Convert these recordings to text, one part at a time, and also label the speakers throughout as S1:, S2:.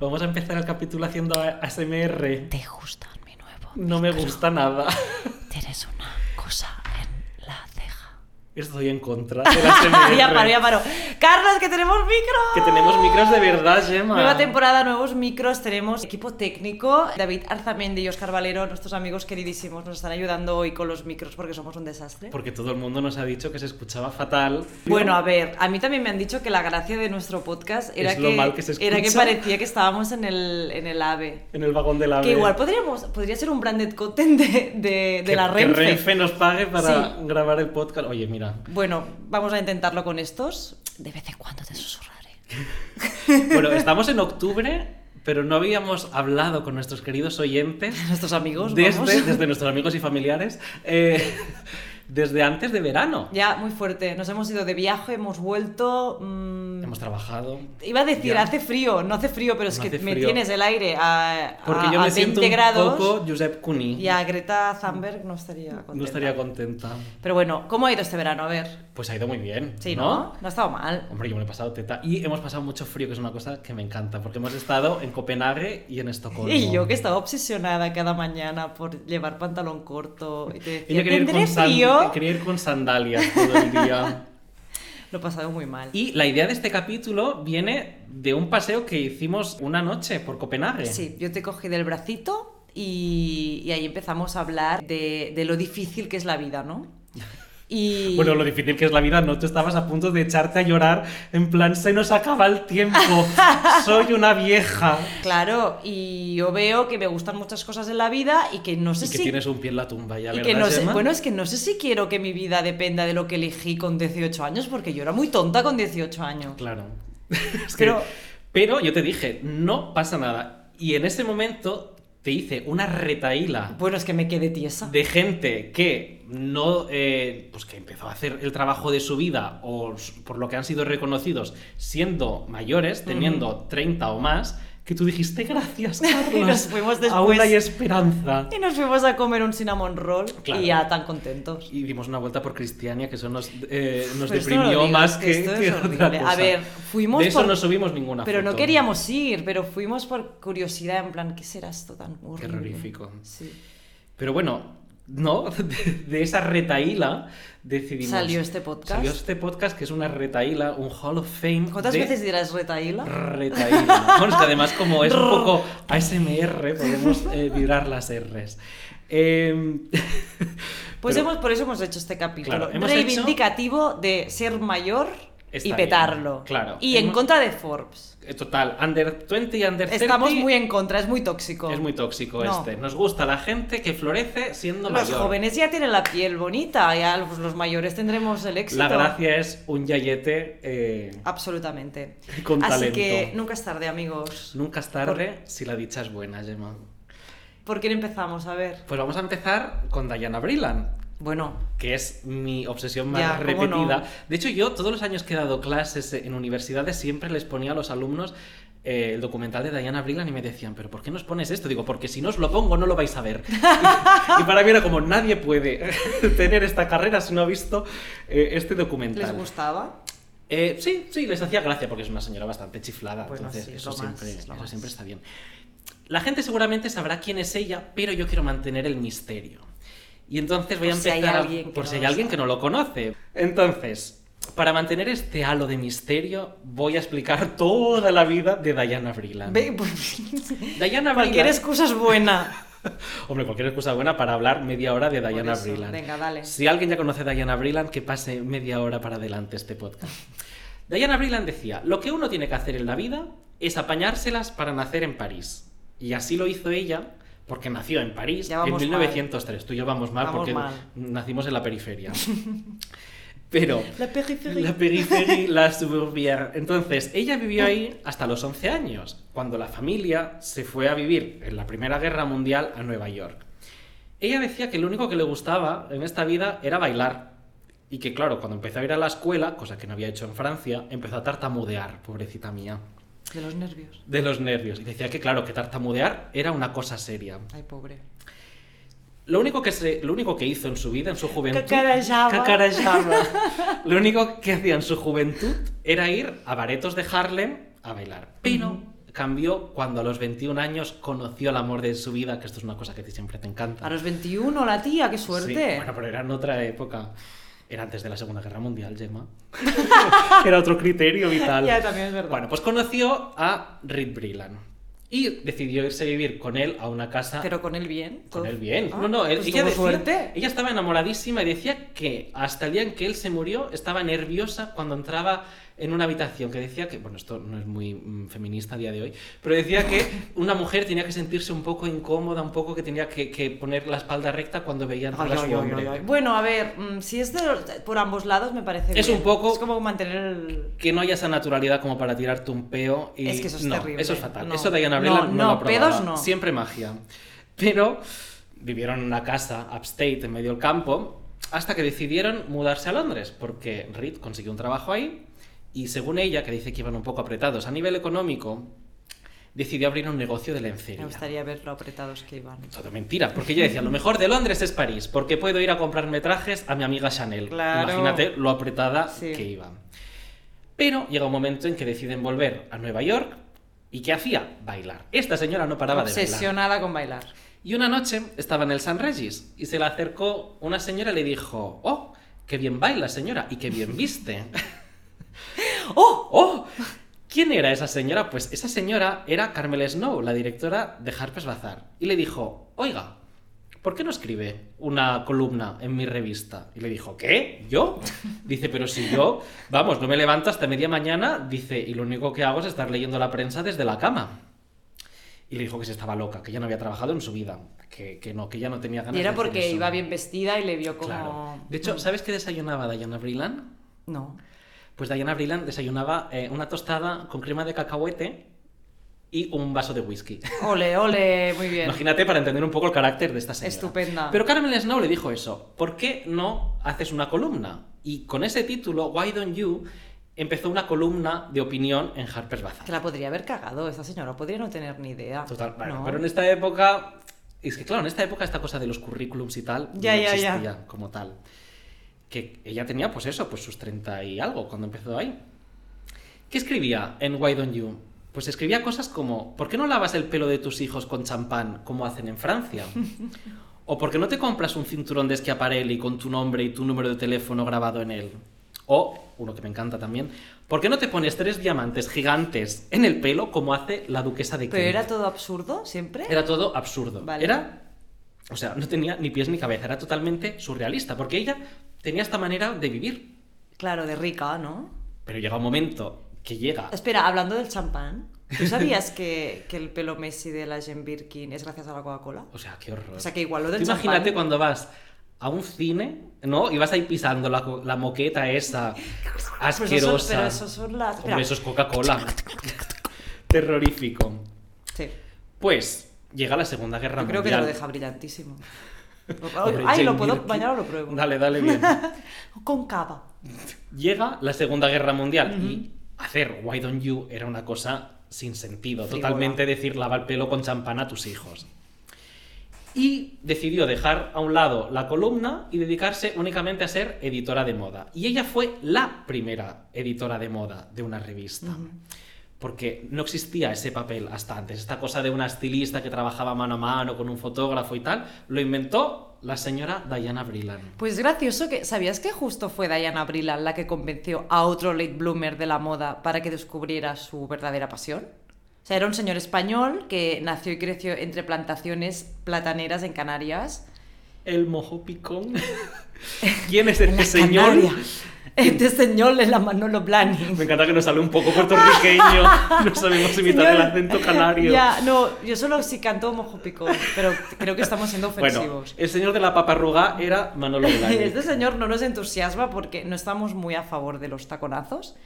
S1: Vamos a empezar el capítulo haciendo ASMR.
S2: ¿Te gusta mi nuevo?
S1: No me
S2: micro?
S1: gusta nada.
S2: Tienes una cosa en la ceja. Ah,
S1: Estoy en contra del ASMR.
S2: ya paro, ya paro. Carlos, que tenemos micro.
S1: Que tenemos Ah. micros de verdad, Gemma.
S2: Nueva temporada, nuevos micros, tenemos equipo técnico. David Arzamendi y Oscar Valero, nuestros amigos queridísimos, nos están ayudando hoy con los micros porque somos un desastre.
S1: Porque todo el mundo nos ha dicho que se escuchaba fatal.
S2: Bueno, a ver, a mí también me han dicho que la gracia de nuestro podcast era,
S1: Es
S2: que,
S1: lo mal que se
S2: era que
S1: escucha.
S2: parecía que estábamos en el, en el AVE.
S1: En el vagón del ave.
S2: Que igual podríamos, podría ser un branded content de, de- de
S1: Que-
S2: la
S1: que
S2: Renfe.
S1: Renfe nos pague para
S2: Sí.
S1: grabar el podcast. Oye, mira.
S2: Bueno, vamos a intentarlo con estos. De vez en cuando te susurraré.
S1: Bueno, estamos en octubre, pero no habíamos hablado con nuestros queridos oyentes
S2: Nuestros amigos, vamos.
S1: desde, desde nuestros amigos y familiares eh, desde antes de verano.
S2: Ya, muy fuerte. Nos hemos ido de viaje, hemos vuelto. mm,
S1: Hemos trabajado.
S2: Iba a decir,
S1: Ya.
S2: hace frío, no hace frío, pero es
S1: No
S2: que
S1: hace
S2: me
S1: frío.
S2: tienes el aire a,
S1: Porque
S2: a-
S1: yo
S2: a
S1: me
S2: 20
S1: siento un
S2: Ah, grados
S1: poco Josep Cuní.
S2: y a Greta Thunberg no estaría contenta.
S1: No estaría contenta.
S2: Pero bueno, ¿cómo ha ido este verano? A ver.
S1: Pues ha ido muy bien.
S2: Sí, ¿no? No, ha estado mal.
S1: Hombre, yo me lo he pasado teta. Y hemos pasado mucho frío, que es una cosa que me encanta, porque hemos estado en Copenhague y en Estocolmo.
S2: Y yo que estaba obsesionada cada mañana por llevar pantalón corto y te
S1: Y
S2: decía,
S1: yo quería ir,
S2: "¿Tendré
S1: con san-
S2: frío?
S1: quería ir con sandalias todo el día.
S2: Lo he pasado muy mal.
S1: Y la idea de este capítulo viene de un paseo que hicimos una noche por Copenhague.
S2: Sí, yo te cogí del bracito y, y ahí empezamos a hablar de, de lo difícil que es la vida, ¿no? Y...
S1: Bueno, lo difícil que es la vida, ¿no? Tú estabas a punto de echarte a llorar en plan, se nos acaba el tiempo, soy una vieja.
S2: Claro, y yo veo que me gustan muchas cosas en la vida y que no sé
S1: y que
S2: si...
S1: tienes un pie en la tumba, ya,
S2: y
S1: ¿verdad,
S2: que no sé-
S1: Gemma?
S2: bueno, es que no sé si quiero que mi vida dependa de lo que elegí con 18 años, porque yo era muy tonta con 18 años.
S1: Claro. Es que-
S2: Pero-
S1: pero... yo te dije, no pasa nada. Y en ese momento te hice una retaíla
S2: Bueno, es que me quedé tiesa.
S1: de gente que no eh, pues que empezó a hacer el trabajo de su vida o s- por lo que han sido reconocidos siendo mayores teniendo 30 o más que tú dijiste gracias Carlos
S2: nos fuimos
S1: aún
S2: después.
S1: hay esperanza
S2: Y nos fuimos a comer un cinnamon roll
S1: Claro.
S2: y ya tan contentos.
S1: y dimos una vuelta por Cristiania que eso nos, eh, nos
S2: Pero esto no lo
S1: deprimió
S2: digas,
S1: más
S2: que
S1: que,
S2: esto es
S1: que otra
S2: horrible. A
S1: cosa.
S2: ver, fuimos
S1: de eso
S2: por-
S1: no subimos ninguna
S2: Pero no
S1: foto.
S2: queríamos ir, pero fuimos por curiosidad, en plan, ¿qué será esto tan horrible?
S1: Terrorífico.
S2: Sí.
S1: Pero bueno, no, de, de esa retaíla decidimos.
S2: Salió este podcast.
S1: Salió este podcast que es una retaíla, un Hall of Fame.
S2: ¿Cuántas
S1: de
S2: veces dirás retaíla?
S1: Retaíla. Bueno, es que además, como es un poco ASMR, podemos eh, vibrar las R's. Eh,
S2: Pues
S1: pero
S2: hemos, por eso hemos hecho este capítulo.
S1: Claro, hemos
S2: Reivindicativo de ser mayor
S1: Está
S2: y
S1: bien,
S2: petarlo.
S1: claro.
S2: Y en
S1: Hemos-
S2: contra de Forbes.
S1: eh, Total, under 20 y under 30.
S2: Estamos muy en contra, es muy tóxico.
S1: Es muy tóxico
S2: No.
S1: este. Nos gusta la gente que florece siendo
S2: los
S1: mayor.
S2: jóvenes ya tienen la piel bonita, ya los, los mayores tendremos el éxito.
S1: La gracia es un yayete eh,
S2: Absolutamente.
S1: con
S2: Así
S1: talento.
S2: que nunca es tarde, amigos.
S1: Nunca es tarde si la dicha es buena, Gemma.
S2: ¿Por quién empezamos? A ver.
S1: Pues vamos a empezar con Diana Brillan,
S2: Bueno,
S1: que es mi obsesión más
S2: Ya, ¿cómo
S1: repetida.
S2: no?
S1: De hecho, yo todos los años que he dado clases en universidades siempre les ponía a los alumnos eh, el documental de Diana Brillan y me decían, pero ¿por qué nos pones esto? Digo, porque si no os lo pongo no lo vais a ver. y para mí era como, nadie puede tener esta carrera si no ha visto eh, este documental.
S2: ¿les gustaba?
S1: Eh, sí, sí, les hacía gracia porque es una señora bastante chiflada.
S2: Bueno,
S1: entonces,
S2: sí, es
S1: eso,
S2: lo más,
S1: siempre,
S2: es lo
S1: eso
S2: más.
S1: siempre está bien. La gente seguramente sabrá quién es ella, pero yo quiero mantener el misterio. Y entonces voy a
S2: Por si hay
S1: empezar a-
S2: alguien que
S1: por
S2: no
S1: si hay
S2: lo
S1: alguien
S2: sabe.
S1: que no lo conoce. Entonces, para mantener este halo de misterio, voy a explicar toda la vida de Diana Brillan.
S2: Ve, pues,
S1: Diana
S2: cualquier
S1: Brillan-
S2: excusa es buena.
S1: Hombre, cualquier excusa buena para hablar media hora de Diana
S2: eso,
S1: Brillan.
S2: venga, dale.
S1: Si alguien ya conoce a Diana Brillan, que pase media hora para adelante este podcast. Diana Brillan decía, lo que uno tiene que hacer en la vida es apañárselas para nacer en París. Y así lo hizo ella, porque nació en París
S2: Ya
S1: en
S2: vamos mal.
S1: 1903. Tú y yo vamos mal
S2: Vamos
S1: porque
S2: mal.
S1: nacimos en la periferia. Pero...
S2: La periferia.
S1: La periferia, la suburbia. Entonces, ella vivió ahí hasta los 11 años, cuando la familia se fue a vivir en la Primera Guerra Mundial a Nueva York. Ella decía que lo único que le gustaba en esta vida era bailar. Y que, claro, cuando empezó a ir a la escuela, cosa que no había hecho en Francia, empezó a tartamudear, pobrecita mía,
S2: De los nervios.
S1: de los nervios. Y decía que, claro, que tartamudear era una cosa seria.
S2: Ay, pobre.
S1: Lo único que, se, lo único que hizo en su vida, en su juventud.
S2: Cacarajaba.
S1: Cacarajaba. Lo único que hacía en su juventud era ir a baretos de Harlem a bailar. Pero cambió cuando a los 21 años conoció el amor de su vida, que esto es una cosa que a ti siempre te encanta.
S2: A los 21, la tía, qué
S1: Sí,
S2: suerte.
S1: bueno, pues pero era en otra época. Era antes de la Segunda Guerra Mundial, Gemma. era otro criterio vital.
S2: Ya, también es verdad.
S1: Bueno, pues conoció a Reed Brillan y decidió irse a vivir con él a una casa
S2: Pero con él bien.
S1: con
S2: todo-
S1: él bien.
S2: Ah,
S1: no, no, él-
S2: pues
S1: ella,
S2: tuvo
S1: decía-
S2: suerte.
S1: ella estaba enamoradísima y decía que hasta el día en que él se murió estaba nerviosa cuando entraba en una habitación, que decía que, bueno, esto no es muy mm, feminista a día de hoy, pero decía que una mujer tenía que sentirse un poco incómoda, un poco que tenía que, que poner la espalda recta cuando veía entrar
S2: Ay,
S1: a
S2: ay,
S1: su
S2: ay,
S1: hombre.
S2: ay, ay. Bueno, a ver, mm, si es de- por ambos lados me parece
S1: Es
S2: bien.
S1: un poco-
S2: Es como mantener el...
S1: Que no haya esa naturalidad como para tirarte un peo y...
S2: Es que eso es
S1: no,
S2: terrible.
S1: Eso es fatal.
S2: No.
S1: Eso Diana Brillan
S2: No,
S1: no,
S2: no,
S1: lo aprobaba.
S2: pedos no.
S1: Siempre magia. Pero vivieron en una casa upstate en medio del campo hasta que decidieron mudarse a Londres porque Reed consiguió un trabajo ahí y según ella, que dice que iban un poco apretados a nivel económico, decidió abrir un negocio de
S2: Me
S1: lencería.
S2: gustaría ver lo apretados que iban.
S1: Todo mentira, porque ella decía, lo mejor de Londres es París, porque puedo ir a comprarme trajes a mi amiga Chanel.
S2: Claro.
S1: Imagínate lo apretada
S2: Sí.
S1: que iba. Pero llega un momento en que deciden volver a Nueva York y ¿qué hacía? Bailar. Esta señora no paraba de bailar.
S2: Obsesionada con bailar.
S1: Y una noche estaba en el San Regis y se le acercó una señora y le dijo, oh, qué bien baila señora y qué bien viste.
S2: ¡Oh!
S1: ¡Oh! ¿Quién era esa señora? Pues esa señora era Carmel Snow, la directora de Harper's Bazaar. Y le dijo, oiga, ¿por qué no escribe una columna en mi revista? Y le dijo, ¿qué? ¿Yo? Dice, pero si yo, vamos, no me levanto hasta media mañana, dice, y lo único que hago es estar leyendo la prensa desde la cama. Y le dijo que se estaba loca, que ya no había trabajado en su vida, que, que no, que ya no tenía ganas
S2: Y
S1: de
S2: era
S1: hacer
S2: porque
S1: eso.
S2: iba bien vestida y le vio como...
S1: Claro. De hecho, ¿sabes qué desayunaba Diana Brillan?
S2: No.
S1: Pues Diana Brilland desayunaba eh, una tostada con crema de cacahuete y un vaso de whisky.
S2: Ole, ole, muy bien.
S1: Imagínate para entender un poco el carácter de esta señora.
S2: Estupenda.
S1: Pero Carmen Snow le dijo eso. ¿Por qué no haces una columna? Y con ese título, Why Don't You, empezó una columna de opinión en Harper's Bazaar.
S2: Que la podría haber cagado, esa señora podría no tener ni idea.
S1: Total, bueno,
S2: No.
S1: pero en esta época. Es que, claro, en esta época esta cosa de los currículums y tal
S2: Ya,
S1: no
S2: ya, ya.
S1: existía como tal. Que ella tenía, pues eso, pues sus 30 y algo cuando empezó ahí. ¿Qué escribía en Why Don't You? Pues escribía cosas como: ¿Por qué no lavas el pelo de tus hijos con champán como hacen en Francia? ¿O por qué no te compras un cinturón de Schiaparelli con tu nombre y tu número de teléfono grabado en él? O, uno que me encanta también, ¿por qué no te pones tres diamantes gigantes en el pelo como hace la duquesa de
S2: Pero
S1: Kent?
S2: era todo absurdo siempre.
S1: Era todo absurdo.
S2: Vale.
S1: Era. O sea, no tenía ni pies ni cabeza, era totalmente surrealista, porque ella tenía esta manera de vivir.
S2: Claro, de rica, ¿no?
S1: Pero llega un momento que llega.
S2: Espera, hablando del champán, ¿tú sabías que, que el pelo Messi de la Jen Birkin es gracias a la Coca-Cola?
S1: O sea, qué horror.
S2: O sea, que igual lo
S1: Tú
S2: del
S1: Imagínate
S2: champán-
S1: cuando vas a un cine, ¿no? Y vas ahí pisando la, co- la moqueta esa
S2: Pues
S1: asquerosa.
S2: eso son- pero eso son las.
S1: Hombre,
S2: espera.
S1: eso es Coca-Cola. Terrorífico.
S2: Sí.
S1: Pues llega la Segunda Guerra
S2: Yo creo que
S1: Mundial.
S2: lo deja brillantísimo.
S1: Hombre,
S2: Ay, lo
S1: Jane
S2: puedo.
S1: Birkin.
S2: Mañana lo pruebo.
S1: Dale, dale bien.
S2: Con cava.
S1: llega la Segunda Guerra Mundial y hacer Why Don't You era una cosa sin sentido,
S2: Frívola.
S1: totalmente decir lava el pelo con champán a tus hijos. Y decidió dejar a un lado la columna y dedicarse únicamente a ser editora de moda. Y ella fue la primera editora de moda de una revista. Porque no existía ese papel hasta antes. Esta cosa de una estilista que trabajaba mano a mano con un fotógrafo y tal, lo inventó la señora Diana Brillan.
S2: Pues gracioso que. ¿Sabías que justo fue Diana Brillan la que convenció a otro late bloomer de la moda para que descubriera su verdadera pasión? O sea, era un señor español que nació y creció entre plantaciones plataneras en Canarias.
S1: El mojo picón. ¿Quién es este
S2: La
S1: señor?
S2: Canaria. Este señor es la Manolo Blahnik.
S1: Me encanta que nos sale un poco puertorriqueño. No sabemos imitar el
S2: Señor,
S1: acento canario.
S2: Ya, no, yo solo sí canto mojo picón, pero creo que estamos siendo
S1: Bueno,
S2: ofensivos.
S1: el señor de la paparruga era Manolo
S2: este
S1: Blahnik.
S2: señor no nos entusiasma porque no estamos muy a favor de los taconazos.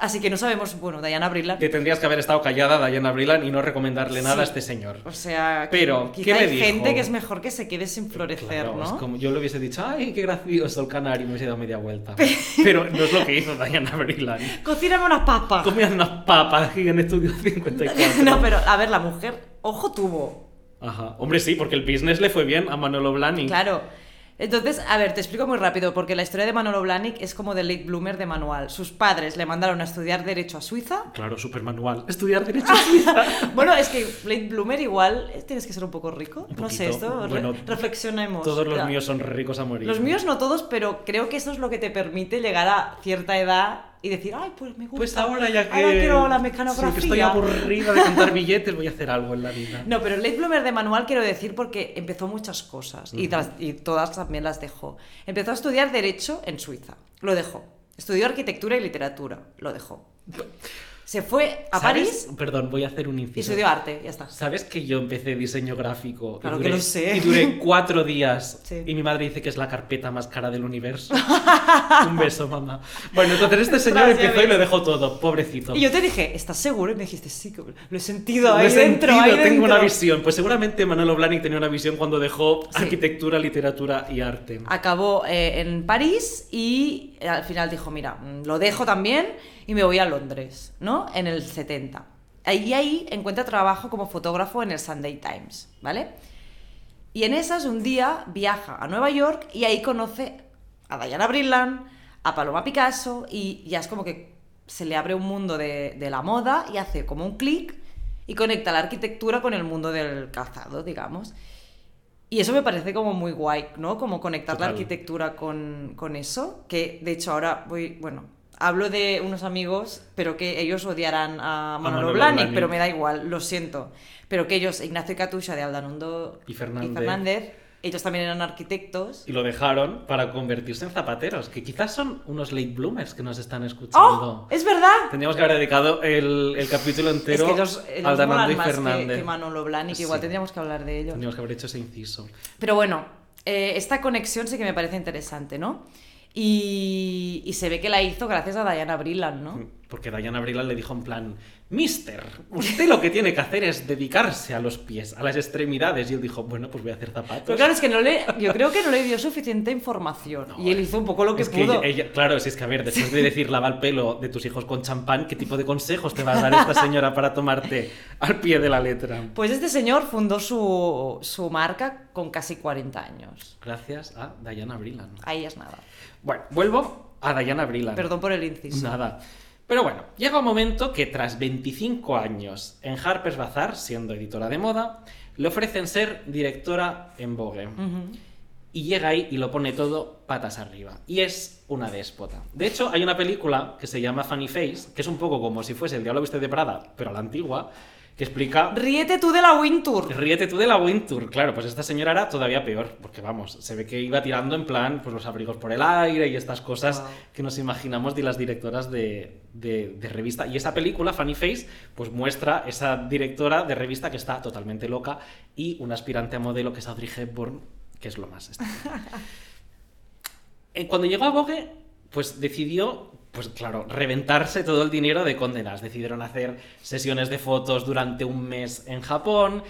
S2: Así que no sabemos, bueno, Diana Brillan.
S1: Te tendrías que haber estado callada, Diana Brillan, y no recomendarle nada a
S2: Sí.
S1: este señor.
S2: O sea,
S1: Pero,
S2: quizá
S1: ¿qué le
S2: hay
S1: dijo?
S2: gente que es mejor que se quede sin florecer,
S1: Claro,
S2: ¿no?
S1: es como yo le hubiese dicho, ay, qué gracioso el canario, me hubiese dado media vuelta. Pero no es lo que hizo Diana Brillan.
S2: Cocíname unas papas.
S1: Comían unas papas aquí en Estudio 54.
S2: No, pero a ver, la mujer, ojo tuvo.
S1: Ajá. Hombre, sí, porque el business le fue bien a Manolo Blahnik.
S2: Claro. Entonces, a ver, te explico muy rápido, porque la historia de Manolo Blahnik es como de late bloomer de manual. Sus padres le mandaron a estudiar Derecho a Suiza.
S1: Claro, súper manual. Estudiar Derecho en Suiza.
S2: Bueno, es que late bloomer igual eh, tienes que ser un poco rico.
S1: Un
S2: no sé,
S1: poquito.
S2: esto re-
S1: Bueno,
S2: reflexionemos.
S1: Todos los
S2: Ya.
S1: míos son ricos a morir.
S2: Los míos no todos, pero creo que eso es lo que te permite llegar a cierta edad y decir, ay, pues me gusta.
S1: Pues ahora ya que.
S2: Ahora quiero la
S1: sí, que
S2: mecanografía.
S1: estoy aburrida de contar billetes, voy a hacer algo en la vida.
S2: No, pero Late Bloomer de manual quiero decir porque empezó muchas cosas y, las- y todas también las dejó. Empezó a estudiar Derecho en Suiza, lo dejó. Estudió Arquitectura y Literatura, lo dejó. Se fue a
S1: ¿Sabes?
S2: París
S1: Perdón, voy a hacer un
S2: y
S1: inciso.
S2: estudió Arte, ya está.
S1: ¿Sabes que yo empecé diseño gráfico?
S2: Claro
S1: y
S2: que
S1: duré,
S2: lo sé.
S1: Y duré cuatro días.
S2: Sí.
S1: Y mi madre dice que es la carpeta más cara del universo. Un beso, mamá. Bueno, entonces este señor
S2: Ostras, ya
S1: empezó y
S2: ves.
S1: lo dejó todo, pobrecito.
S2: Y yo te dije, ¿estás seguro? Y me dijiste, sí, que lo he sentido
S1: Lo he
S2: ahí dentro.
S1: sentido,
S2: ahí
S1: tengo
S2: dentro".
S1: una visión. Pues seguramente Manolo Blahnik tenía una visión cuando dejó
S2: Sí.
S1: arquitectura, literatura y arte.
S2: Acabó eh, en París y eh, al final dijo, mira, mm, lo dejo también y me voy a Londres, ¿no? En el 70. Y ahí encuentra trabajo como fotógrafo en el Sunday Times, ¿vale? Y en esas un día viaja a Nueva York y ahí conoce a Diana Brilland, a Paloma Picasso y ya es como que se le abre un mundo de, de la moda y hace como un clic y conecta la arquitectura con el mundo del calzado, digamos. Y eso me parece como muy guay, ¿no? Como conectar la
S1: Total.
S2: arquitectura con, con eso, que de hecho ahora voy, bueno, hablo de unos amigos, pero que ellos odiarán a Manolo,
S1: Manolo
S2: Blahnik,
S1: Blahnik.
S2: pero me da igual, lo siento. Pero que ellos, Ignacio Catucha de Aldanundo
S1: Y Fernández.
S2: ellos también eran arquitectos.
S1: Y lo dejaron para convertirse en zapateros, que quizás son unos late bloomers que nos están escuchando.
S2: ¡Oh! ¡Es verdad!
S1: Tendríamos que haber dedicado el, el capítulo
S2: es
S1: entero
S2: que ellos, ellos
S1: al Danando
S2: molan
S1: y
S2: más que,
S1: Fernández.
S2: que Manolo Blahnik,
S1: Sí.
S2: igual tendríamos que hablar de ellos.
S1: Tendríamos que haber hecho ese inciso.
S2: Pero bueno, eh, esta conexión sí que me parece interesante, ¿no? Y, y se ve que la hizo gracias a Diana Brilland, ¿no?
S1: Porque Diana Brilland le dijo en plan, Mister, usted lo que tiene que hacer es dedicarse a los pies, a las extremidades. Y él dijo, bueno, pues voy a hacer zapatos.
S2: Pero claro, es que no le, yo creo que no le dio suficiente información. y él hizo un poco lo que
S1: es que
S2: pudo.
S1: ella- ella- claro, si es que a ver, después de decir lava el pelo de tus hijos con champán, ¿qué tipo de consejos te va a dar esta señora para tomarte al pie de la letra?
S2: Pues este señor fundó su, su marca con casi 40 años.
S1: Gracias a Diana Brilland.
S2: Ahí es nada.
S1: Bueno, vuelvo a Diana Brilland.
S2: Perdón por el inciso.
S1: Nada. Pero bueno, llega un momento que tras 25 años en Harper's Bazaar, siendo editora de moda, le ofrecen ser directora en Vogue.
S2: Ujú.
S1: Y llega ahí y lo pone todo patas arriba. Y es una déspota. De hecho, hay una película que se llama Funny Face, que es un poco como si fuese El Diablo Viste de Prada, pero a la antigua, que explica...
S2: Ríete tú de la Wintour.
S1: Ríete tú de la Wintour, claro, pues esta señora era todavía peor, porque vamos, se ve que iba tirando en plan pues los abrigos por el aire y estas cosas
S2: Wow.
S1: que nos imaginamos de las directoras de, de- de revista. Y esa película, Funny Face, pues muestra esa directora de revista que está totalmente loca y un aspirante a modelo que es Audrey Hepburn, que es lo más. esta. Eh, Cuando llegó a Vogue, pues decidió, pues claro, reventarse todo el dinero de condenas. Decidieron hacer sesiones de fotos durante un mes en Japón.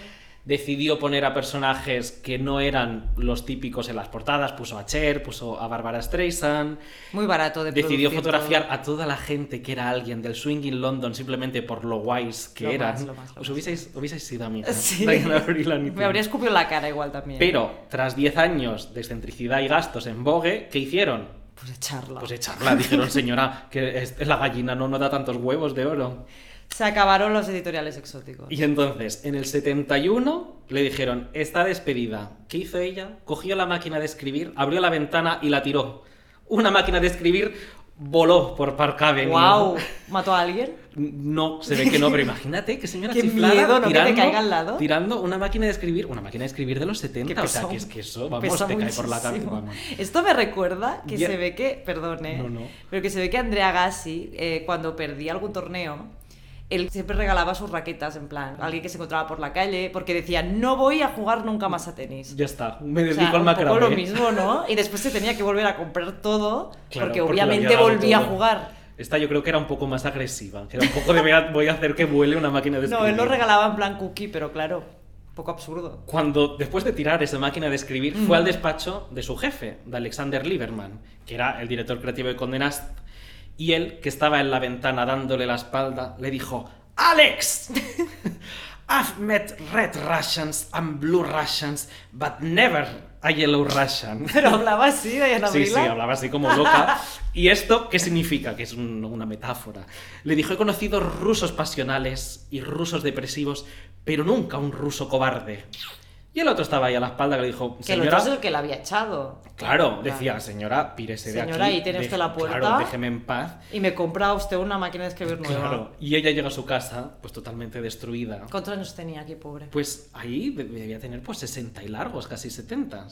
S1: Decidió poner a personajes que no eran los típicos en las portadas. Puso a Cher, puso a Barbara Streisand.
S2: Muy barato de
S1: Decidió
S2: producir
S1: fotografiar
S2: todo.
S1: a toda la gente que era alguien del swing in London simplemente por lo guays que
S2: Lo
S1: eran.
S2: más, lo más, lo
S1: Os
S2: más.
S1: hubieseis, hubieseis sido amigas.
S2: Sí.
S1: Diana Brilland y tú.
S2: Me habría escupido la cara igual también.
S1: Pero tras 10 años de excentricidad y gastos en Vogue, ¿qué hicieron?
S2: Pues echarla.
S1: Pues echarla, dijeron, señora, que es, es la gallina, no, no da tantos huevos de oro.
S2: Se acabaron los editoriales exóticos.
S1: eh. Y entonces, en el 71, le dijeron, está despedida. ¿Qué hizo ella? Cogió la máquina de escribir, abrió la ventana y la tiró. Una máquina de escribir voló por Park Avenue.
S2: ¡Wow! ¿Mató a alguien?
S1: No, se ve que no, pero imagínate que señora
S2: Qué
S1: chiflada
S2: miedo, ¿no? Que te
S1: tirando,
S2: caiga al lado.
S1: tirando una máquina de escribir, una máquina de escribir de los 70,
S2: Que
S1: o sea,
S2: pesa
S1: que es
S2: un-
S1: que eso, vamos,
S2: pesa
S1: te cae por la
S2: muchísimo.
S1: cabeza.
S2: Esto me recuerda que
S1: Ya-
S2: se ve que, perdón, ¿eh?
S1: No, no.
S2: pero que se ve que Andrea Gassi, eh, cuando perdía algún torneo, él siempre regalaba sus raquetas, en plan, a alguien que se encontraba por la calle, porque decía, no voy a jugar nunca más a tenis.
S1: Ya está, me
S2: O
S1: dedico
S2: sea,
S1: al
S2: un poco
S1: macramé.
S2: lo mismo, ¿no? Y después se tenía que volver a comprar todo,
S1: Claro, porque
S2: porque
S1: lo había
S2: obviamente
S1: dado
S2: volvía a
S1: todo.
S2: jugar.
S1: Esta yo creo que era un poco más agresiva, que era un poco de voy a, voy a hacer que vuele una máquina de
S2: No,
S1: escribir.
S2: él lo regalaba en plan cookie, pero claro, un poco absurdo.
S1: Cuando, después de tirar esa máquina de escribir, fue al despacho de su jefe, de Alexander Lieberman, que era el director creativo de Condenast, y él, que estaba en la ventana dándole la espalda, le dijo, ¡Alex! I've met red Russians and blue Russians, but never a yellow Russian.
S2: Pero hablaba así Diana
S1: Sí, sí,
S2: Abril.
S1: hablaba así como loca. ¿Y esto qué significa? Que es un- una metáfora. Le dijo, he conocido rusos pasionales y rusos depresivos, pero nunca un ruso cobarde. Y el otro estaba ahí a la espalda que le dijo,
S2: Que el
S1: señora...
S2: otro es el que la había echado.
S1: Claro, decía, señora, pírese de aquí.
S2: Señora, ahí tiene
S1: dej-
S2: usted la puerta". Pues
S1: Claro, déjeme en paz.
S2: Y me compra usted una máquina de escribir nueva.
S1: Claro. Y ella llega a su casa, pues totalmente destruida.
S2: ¿Cuántos años tenía aquí, pobre?
S1: Pues ahí de- debía tener pues 60 y largos, casi 70.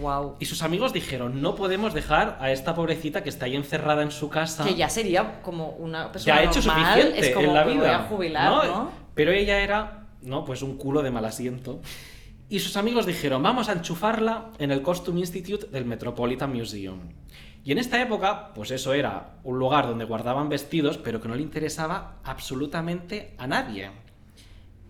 S2: Wow.
S1: Y sus amigos dijeron, no podemos dejar a esta pobrecita que está ahí encerrada en su casa.
S2: Que ya sería como una
S1: Ya
S2: persona
S1: ha hecho
S2: normal,
S1: suficiente
S2: es como
S1: en la
S2: me
S1: vida.
S2: voy a jubilar, ¿no?
S1: Pero ella era, no, pues un culo de mal asiento. Y sus amigos dijeron, vamos a enchufarla en el Costume Institute del Metropolitan Museum. Y en esta época, pues eso era un lugar donde guardaban vestidos, pero que no le interesaba absolutamente a nadie.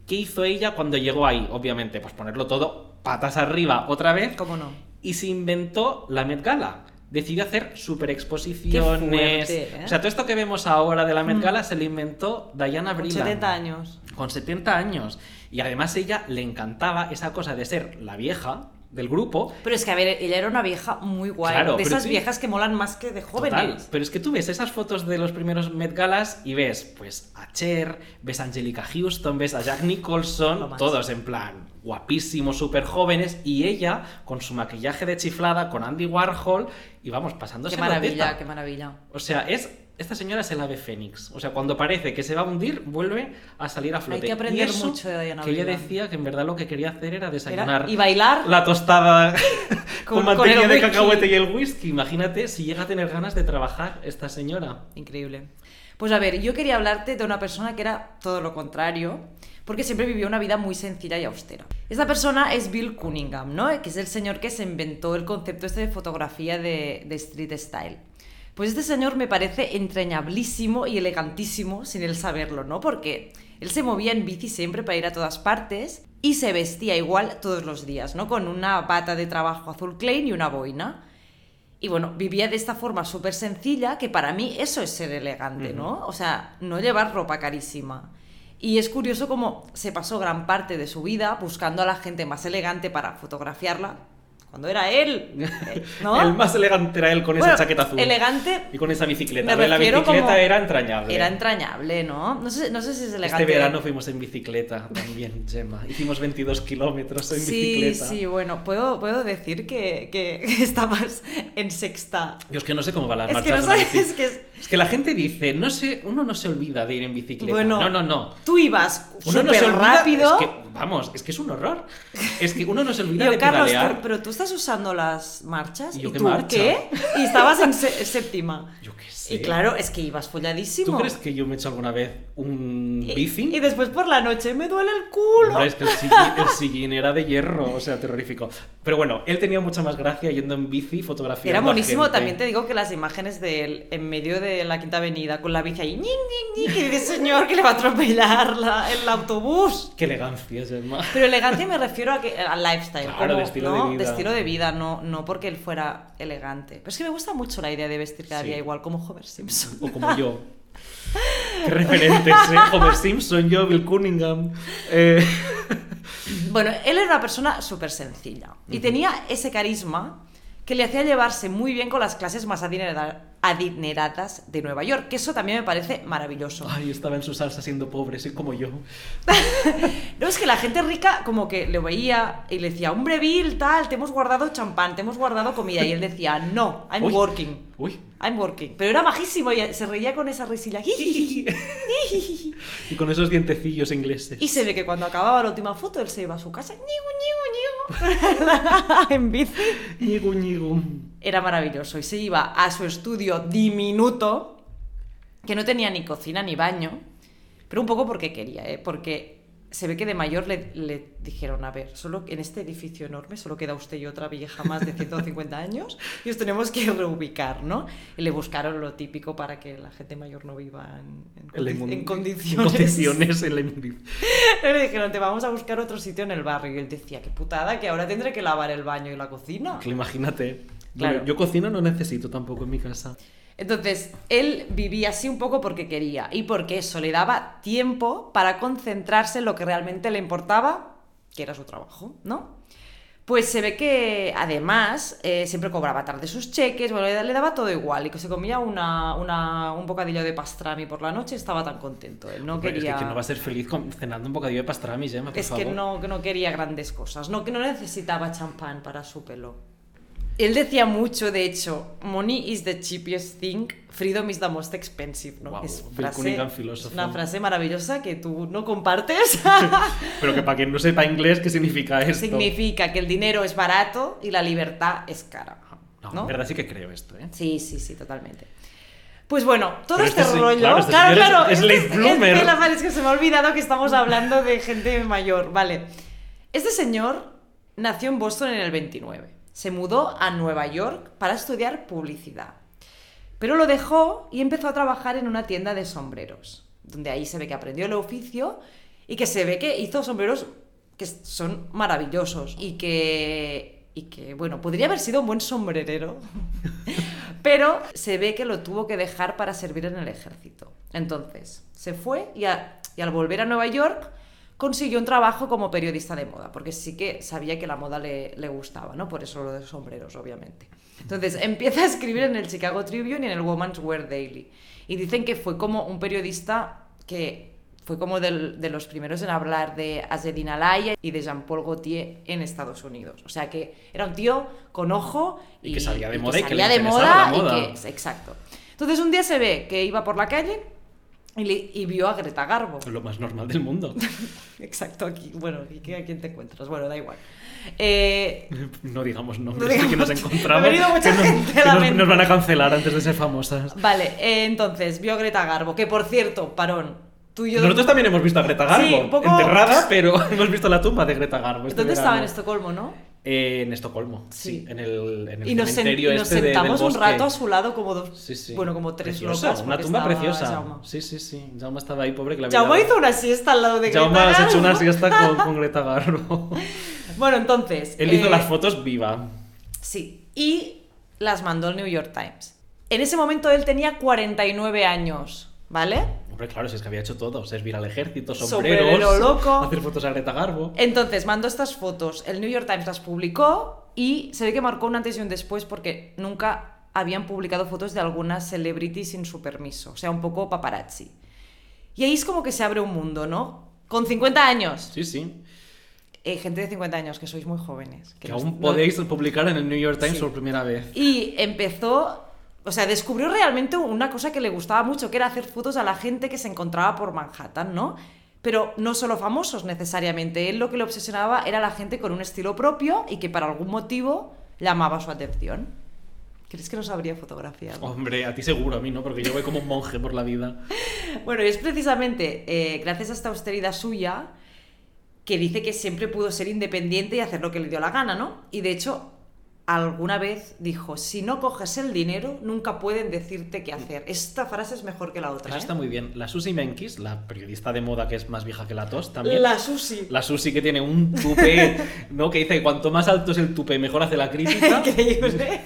S1: ¿Qué hizo ella cuando llegó ahí? Obviamente, pues ponerlo todo patas arriba otra vez
S2: ¿Cómo no?
S1: y se inventó la Met Gala. Decidió hacer
S2: Qué
S1: superexposiciones.
S2: fuerte, ¿eh?
S1: O sea, todo esto que vemos ahora de la Met Gala se lo inventó Diana
S2: Con
S1: Brilland.
S2: 70 años.
S1: Con 70 años. Y además ella le encantaba esa cosa de ser la vieja del grupo.
S2: Pero es que, a ver, ella era una vieja muy guay.
S1: Claro,
S2: de
S1: pero
S2: esas
S1: sí.
S2: viejas que molan más que de
S1: Total.
S2: jóvenes.
S1: Pero es que tú ves esas fotos de los primeros Met Galas y ves, pues, a Cher, ves a Angelica Houston, ves a Jack
S2: Lo
S1: Nicholson,
S2: más.
S1: todos en plan guapísimos, súper jóvenes, y ella con su maquillaje de chiflada, con Andy Warhol, y vamos, pasándose
S2: Qué
S1: la teta.
S2: maravilla, qué maravilla.
S1: O sea, es esta señora es el ave fénix. O sea, cuando parece que se va a hundir, vuelve a salir a flote.
S2: que
S1: Y
S2: aprender
S1: eso
S2: mucho de Diana
S1: Que ella
S2: Brilland.
S1: decía que en verdad lo que quería hacer era desayunar
S2: y bailar
S1: la tostada con,
S2: Con- con
S1: mantequilla
S2: el
S1: de
S2: whisky.
S1: cacahuete y el whisky. Imagínate si llega a tener ganas de trabajar esta señora.
S2: Increíble. Pues a ver, yo quería hablarte de una persona que era todo lo contrario, porque siempre vivió una vida muy sencilla y austera. Esta persona es Bill Cunningham, ¿no? Que es el señor que se inventó el concepto este de fotografía de, de street style. Pues este señor me parece entrañablísimo y elegantísimo sin él saberlo, ¿no? Porque él se movía en bici siempre para ir a todas partes y se vestía igual todos los días, ¿no? Con una bata de trabajo azul Klein y una boina. Y bueno, vivía de esta forma súper sencilla, que para mí eso es ser elegante, ¿no? O sea, no llevar ropa carísima. Y es curioso cómo se pasó gran parte de su vida buscando a la gente más elegante para fotografiarla, cuando era él, eh, ¿no?
S1: El más elegante era él con
S2: Bueno,
S1: esa chaqueta azul.
S2: elegante
S1: Y con esa bicicleta.
S2: me
S1: Lo de la
S2: refiero
S1: bicicleta
S2: como-
S1: era entrañable.
S2: era entrañable, ¿no? No sé, no sé si es elegante.
S1: este verano fuimos en bicicleta también, Gemma. Hicimos 22 kilómetros en
S2: Sí,
S1: bicicleta.
S2: sí, bueno, puedo, puedo decir que, que estabas en sexta.
S1: Dios, que no sé cómo van las
S2: Es que
S1: marchas
S2: no
S1: de la
S2: sabes,
S1: bici.
S2: es que es-
S1: Es que la gente dice, no sé, uno no se olvida de ir en bicicleta.
S2: Bueno.
S1: no, no, no.
S2: Tú ibas
S1: Uno no
S2: súper
S1: se olvida,
S2: rápido.
S1: Es que, vamos, es que es un horror. Es que uno no se
S2: Y
S1: olvida
S2: yo,
S1: de
S2: Carlos,
S1: pedalear.
S2: tú- pero tú estás usando las marchas.
S1: ¿Y yo qué
S2: tú
S1: marcha?
S2: qué? Y estabas en sé- séptima.
S1: Yo qué sé.
S2: Y claro, es que ibas folladísimo.
S1: ¿Tú crees que yo me he hecho alguna vez un
S2: Y-
S1: bici?
S2: Y, después por la noche me duele el culo.
S1: Hombre, es que el sillín, el sillín era de hierro, o sea, terrorífico. Pero bueno, él tenía mucha más gracia yendo en bici fotografiando.
S2: Era
S1: a
S2: buenísimo,
S1: gente.
S2: también te digo que las imágenes de él en medio de la Quinta Avenida con la bici ahí, ñin, ñin, ñin, que dice "Este señor que le va a atropellar la- el autobús.
S1: Qué elegancia, Gemma.
S2: Pero elegante me refiero a que, al lifestyle,
S1: Claro,
S2: como,
S1: de estilo de
S2: ¿no?
S1: vida.
S2: estilo de vida, no, no porque él fuera elegante. Pero es que me gusta mucho la idea de vestir cada
S1: Sí.
S2: día igual, como Homer Simpson.
S1: O como yo. Qué referentes, ¿eh? Homer Simpson, yo, Bill Cunningham. Eh,
S2: Bueno, él era una persona súper sencilla y tenía ese carisma que le hacía llevarse muy bien con las clases más adinera- adineradas de Nueva York, que eso también me parece maravilloso.
S1: Ay, estaba en su salsa siendo pobre, soy como yo.
S2: No, es que la gente rica como que le veía y le decía, hombre Bill, tal, te hemos guardado champán, te hemos guardado comida. Y él decía, no, I'm
S1: Uy,
S2: working.
S1: Uy.
S2: I'm working. Pero era majísimo y se reía con esa risilla.
S1: Y con esos dientecillos ingleses.
S2: Y se ve que cuando acababa la última foto, él se iba a su casa. Ñigu, ñigu, ñigu. en bici.
S1: Ñigu, ñigu.
S2: Era maravilloso. Y se iba a su estudio diminuto, que no tenía ni cocina ni baño. Pero un poco porque quería, ¿eh? Porque se ve que de mayor le, le dijeron, a ver, solo en este edificio enorme solo queda usted y otra vieja más de 150 años y os tenemos que reubicar, ¿no? Y le buscaron lo típico para que la gente mayor no viva en, en
S1: En la
S2: condi-
S1: inmun-
S2: en
S1: En condiciones, en la inmundicia.
S2: Le dijeron, te vamos a buscar otro sitio en el barrio. Y él decía, qué putada, que ahora tendré que lavar el baño y la cocina.
S1: Que imagínate.
S2: Claro.
S1: Bueno, yo cocina no necesito tampoco en mi casa.
S2: Entonces, él vivía así un poco porque quería y porque eso le daba tiempo para concentrarse en lo que realmente le importaba, que era su trabajo, ¿no? Pues se ve que además eh, siempre cobraba tarde sus cheques, bueno, le, le daba todo igual y que se comía una, una- un bocadillo de pastrami por la noche, estaba tan contento. Él no
S1: Pero es
S2: quería.
S1: que ¿quién no va a ser feliz con- cenando un bocadillo de pastrami, Gemma, Ah, por
S2: Es que
S1: favor?
S2: no, que no quería grandes cosas, no, que no necesitaba champán para su pelo. Él decía mucho, de hecho, money is the cheapest thing, freedom is the most expensive, ¿no?
S1: Guau,
S2: es
S1: Bill
S2: frase,
S1: Cunningham, filósofo.
S2: es una frase maravillosa que tú no compartes.
S1: Pero que para quien no sepa inglés, ¿qué significa esto?
S2: Significa que el dinero es barato y la libertad es cara.
S1: No,
S2: ¿no?
S1: en verdad sí que creo esto, ¿eh?
S2: Sí, sí, sí, totalmente. Pues bueno, todo
S1: Pero
S2: este,
S1: este sí-
S2: rollo.
S1: claro, este
S2: claro,
S1: señor es-
S2: claro,
S1: es
S2: este
S1: late bloomer.
S2: este, la verdad es que se me ha olvidado que estamos hablando de gente mayor. Vale. Este señor nació en Boston en el 29. Se mudó a Nueva York para estudiar publicidad. Pero lo dejó y empezó a trabajar en una tienda de sombreros, donde ahí se ve que aprendió el oficio y que se ve que hizo sombreros que son maravillosos y que, y que bueno, podría haber sido un buen sombrerero, pero se ve que lo tuvo que dejar para servir en el ejército. Entonces, se fue y, a- y al volver a Nueva York consiguió un trabajo como periodista de moda, porque sí que sabía que la moda le, le gustaba, ¿no? Por eso lo de los sombreros, obviamente. Entonces, empieza a escribir en el Chicago Tribune y en el Woman's Wear Daily. Y dicen que fue como un periodista que fue como del- de los primeros en hablar de Azedin Alaya y de Jean-Paul Gaultier en Estados Unidos. O sea que era un tío con ojo
S1: Y que sabía de moda y que
S2: sabía
S1: le
S2: de
S1: interesaba la
S2: moda y
S1: moda.
S2: que- exacto. Entonces un día se ve que iba por la calle y, le- y vio a Greta Garbo.
S1: Lo más normal del mundo.
S2: Exacto, aquí. Bueno, aquí, ¿a quién te encuentras? Bueno, da igual. Eh,
S1: No digamos nombres,
S2: No
S1: de que
S2: digamos-
S1: nos encontramos.
S2: ha venido mucha
S1: que nos-
S2: gente
S1: que
S2: a la
S1: nos-
S2: mente.
S1: nos van a cancelar antes de ser famosas.
S2: vale, eh, entonces vio a Greta Garbo, que por cierto, parón, tú y yo...
S1: Nosotros también hemos visto a Greta Garbo,
S2: Sí, un poco-
S1: enterrada, pero hemos visto la tumba de Greta Garbo. este
S2: ¿Dónde estaba en
S1: verano.
S2: Estocolmo, no?
S1: Eh, en Estocolmo, sí.
S2: Sí.
S1: En el, en el
S2: Y nos, sen-
S1: cementerio
S2: y nos
S1: este de- del
S2: sentamos un
S1: bosque.
S2: rato a su lado como dos...
S1: Sí, sí.
S2: Bueno, como tres
S1: Preciosa,
S2: locas.
S1: Una
S2: porque
S1: tumba
S2: estaba
S1: preciosa.
S2: Jaume.
S1: Sí, sí, sí. Jauma estaba ahí, pobre que la vida-
S2: Jaume hizo una siesta al lado de Greta
S1: Jaume has hecho una
S2: Garbo.
S1: siesta con, con Greta Garbo.
S2: Bueno, entonces...
S1: Él hizo
S2: eh,
S1: las fotos viva.
S2: Sí, y las mandó al New York Times. En ese momento él tenía 49 años, ¿vale?
S1: Hombre, claro, si es que había hecho todo. Servir al ejército, sombreros,
S2: Sombrero loco.
S1: hacer fotos a Greta Garbo.
S2: Entonces mandó estas fotos, el New York Times las publicó y se ve que marcó un antes y un después porque nunca habían publicado fotos de alguna celebrity sin su permiso, o sea, un poco paparazzi. Y ahí es como que se abre un mundo, ¿no? Con 50 años.
S1: Sí, sí.
S2: Eh, gente de 50 años, que sois muy jóvenes.
S1: Que
S2: no-
S1: aún
S2: no-
S1: podéis publicar en el New York Times
S2: Sí.
S1: por primera vez.
S2: Y empezó, o sea, descubrió realmente una cosa que le gustaba mucho, que era hacer fotos a la gente que se encontraba por Manhattan, ¿no? Pero no solo famosos necesariamente, él lo que le obsesionaba era la gente con un estilo propio y que para algún motivo llamaba su atención. ¿Crees que nos habría fotografiado?
S1: Hombre, a ti seguro, a mí no, porque yo voy como un monje por la vida.
S2: Bueno, es precisamente eh, gracias a esta austeridad suya que dice que siempre pudo ser independiente y hacer lo que le dio la gana, ¿no? Y de hecho, alguna vez dijo, si no coges el dinero, nunca pueden decirte qué hacer. Esta frase es mejor que la otra.
S1: Eso
S2: ¿eh?
S1: está muy bien. La Susi Menkis, la periodista de moda que es más vieja que la tos, también.
S2: La Susi.
S1: La Susi que tiene un tupé, ¿no? Que dice que cuanto más alto es el tupé, mejor hace la crítica.
S2: Increíble.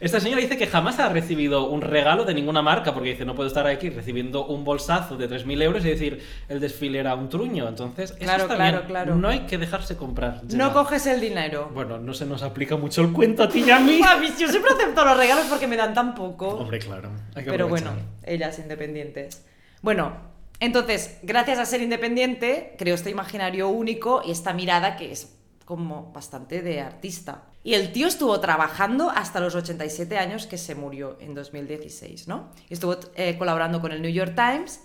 S1: Esta señora dice que jamás ha recibido un regalo de ninguna marca, porque dice, no puedo estar aquí recibiendo un bolsazo de 3.000 euros y decir, el desfile era un truño. Entonces, eso
S2: Claro,
S1: está
S2: claro,
S1: bien.
S2: claro.
S1: No hay que dejarse comprar.
S2: no
S1: Gemma.
S2: coges el dinero.
S1: Bueno, no se nos aplica mucho el cuento a ti y a mí.
S2: A mí, Yo siempre acepto los regalos porque me dan tan poco.
S1: Hombre, claro. hay que
S2: Pero bueno,
S1: aprovechar.
S2: ellas independientes. Bueno, entonces, gracias a ser independiente, creó este imaginario único y esta mirada que es como bastante de artista. Y el tío estuvo trabajando hasta los 87 años que se murió en 2016, ¿no? Estuvo eh, colaborando con el New York Times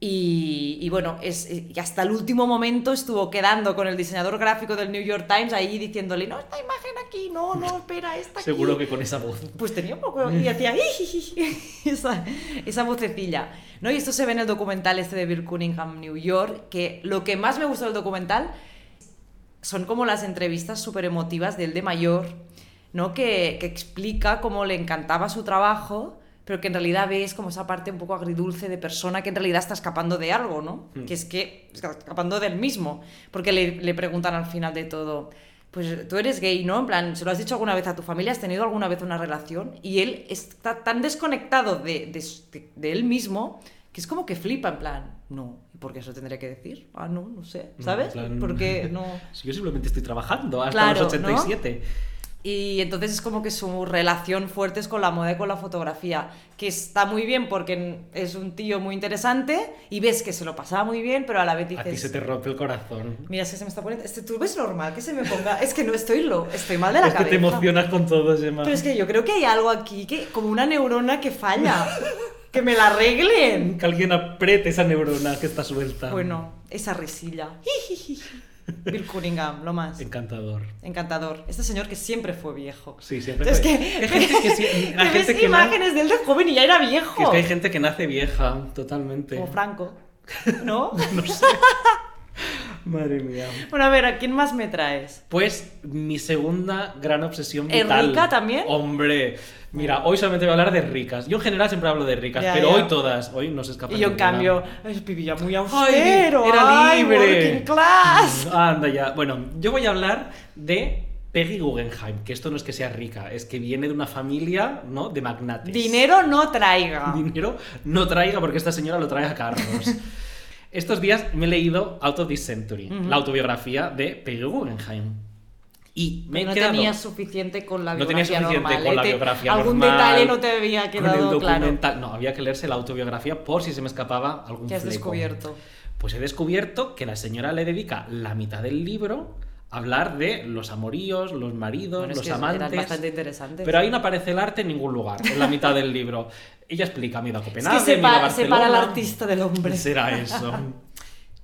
S2: y, y bueno, es, eh, y hasta el último momento estuvo quedando con el diseñador gráfico del New York Times ahí diciéndole, no, esta imagen aquí, no, no, espera, esta aquí.
S1: Seguro que con esa voz.
S2: Pues tenía un poco. Y hacía. esa, esa vocecilla. ¿no? Y esto se ve en el documental este de Bill Cunningham, New York. Que lo que más me gustó del documental son como las entrevistas súper emotivas del de mayor, ¿no? Que, que explica cómo le encantaba su trabajo, pero que en realidad ves como esa parte un poco agridulce de persona que en realidad está escapando de algo, ¿no?
S1: Mm.
S2: Que es que está escapando del mismo. Porque le, le preguntan al final de todo, pues tú eres gay, ¿no? En plan, ¿se lo has dicho alguna vez a tu familia? ¿Has tenido alguna vez una relación? Y él está tan desconectado de, de, de- de él mismo que es como que flipa, en plan, no, ¿y por qué eso tendría que decir? Ah, no, no sé,
S1: No,
S2: ¿sabes?
S1: en plan-
S2: Porque no...
S1: Si yo simplemente estoy trabajando hasta
S2: Claro,
S1: los 87.
S2: Y entonces es como que su relación fuerte es con la moda y con la fotografía, que está muy bien porque es un tío muy interesante y ves que se lo pasaba muy bien, pero a la vez
S1: A ti
S2: dices...
S1: se te rompe el corazón.
S2: Mira, es que se me está poniendo... Este, ¿Tú ves normal que se me ponga? Es que no estoy lo... Estoy mal de la
S1: es que
S2: cabeza.
S1: te emocionas con todo, Gemma.
S2: Pero es que yo creo que hay algo aquí, que como una neurona que falla. que me la arreglen.
S1: Que alguien apriete esa neurona que está suelta.
S2: Bueno, esa risilla. Bill Cunningham, lo más.
S1: Encantador.
S2: Encantador. Este señor que siempre fue viejo.
S1: Sí, siempre.
S2: Es que,
S1: fue. Hay gente que, sí-
S2: te
S1: hay
S2: ves
S1: gente que na-
S2: imágenes de él de joven y ya era viejo.
S1: que es que hay gente que nace vieja, totalmente.
S2: Como Franco. ¿No?
S1: No sé. Madre mía.
S2: bueno, a ver, ¿a quién más me traes?
S1: Pues mi segunda gran obsesión vital.
S2: ¿Rica también?
S1: Hombre, mira, hoy solamente voy a hablar de ricas. Yo en general siempre hablo de ricas,
S2: Ya,
S1: pero
S2: ya.
S1: hoy todas, hoy no se escapan.
S2: Y yo en
S1: ninguna.
S2: cambio, es vivía
S1: Ay,
S2: muy austero.
S1: era
S2: ay,
S1: libre. Mm,
S2: working class.
S1: Anda ya. Bueno, yo voy a hablar de Peggy Guggenheim, que esto no es que sea rica, es que viene de una familia, ¿no? De magnates.
S2: Dinero no traiga.
S1: Dinero no traiga porque esta señora lo trae a Carlos. Estos días me he leído Out of this Century,
S2: Ujú.
S1: la autobiografía de Peggy Guggenheim. Y me he
S2: no
S1: quedado...
S2: tenías suficiente con la
S1: No tenía
S2: biografía
S1: suficiente
S2: normal.
S1: con la
S2: ¿eh? Te-
S1: biografía
S2: Algún
S1: normal,
S2: detalle no te había
S1: con el
S2: quedado claro.
S1: documental. No, había que leerse la autobiografía por si se me escapaba algún
S2: ¿Qué has
S1: fleco.
S2: descubierto?
S1: Pues he descubierto que la señora le dedica la mitad del libro a hablar de los amoríos, los maridos,
S2: Bueno, es
S1: los
S2: que eran
S1: amantes.
S2: bastante interesantes.
S1: Pero ahí no aparece el arte en ningún lugar, en la mitad del libro. Ella explica, mira
S2: es
S1: Copenhague,
S2: que
S1: mira
S2: separa,
S1: Barcelona.
S2: separa al artista del hombre.
S1: Será eso.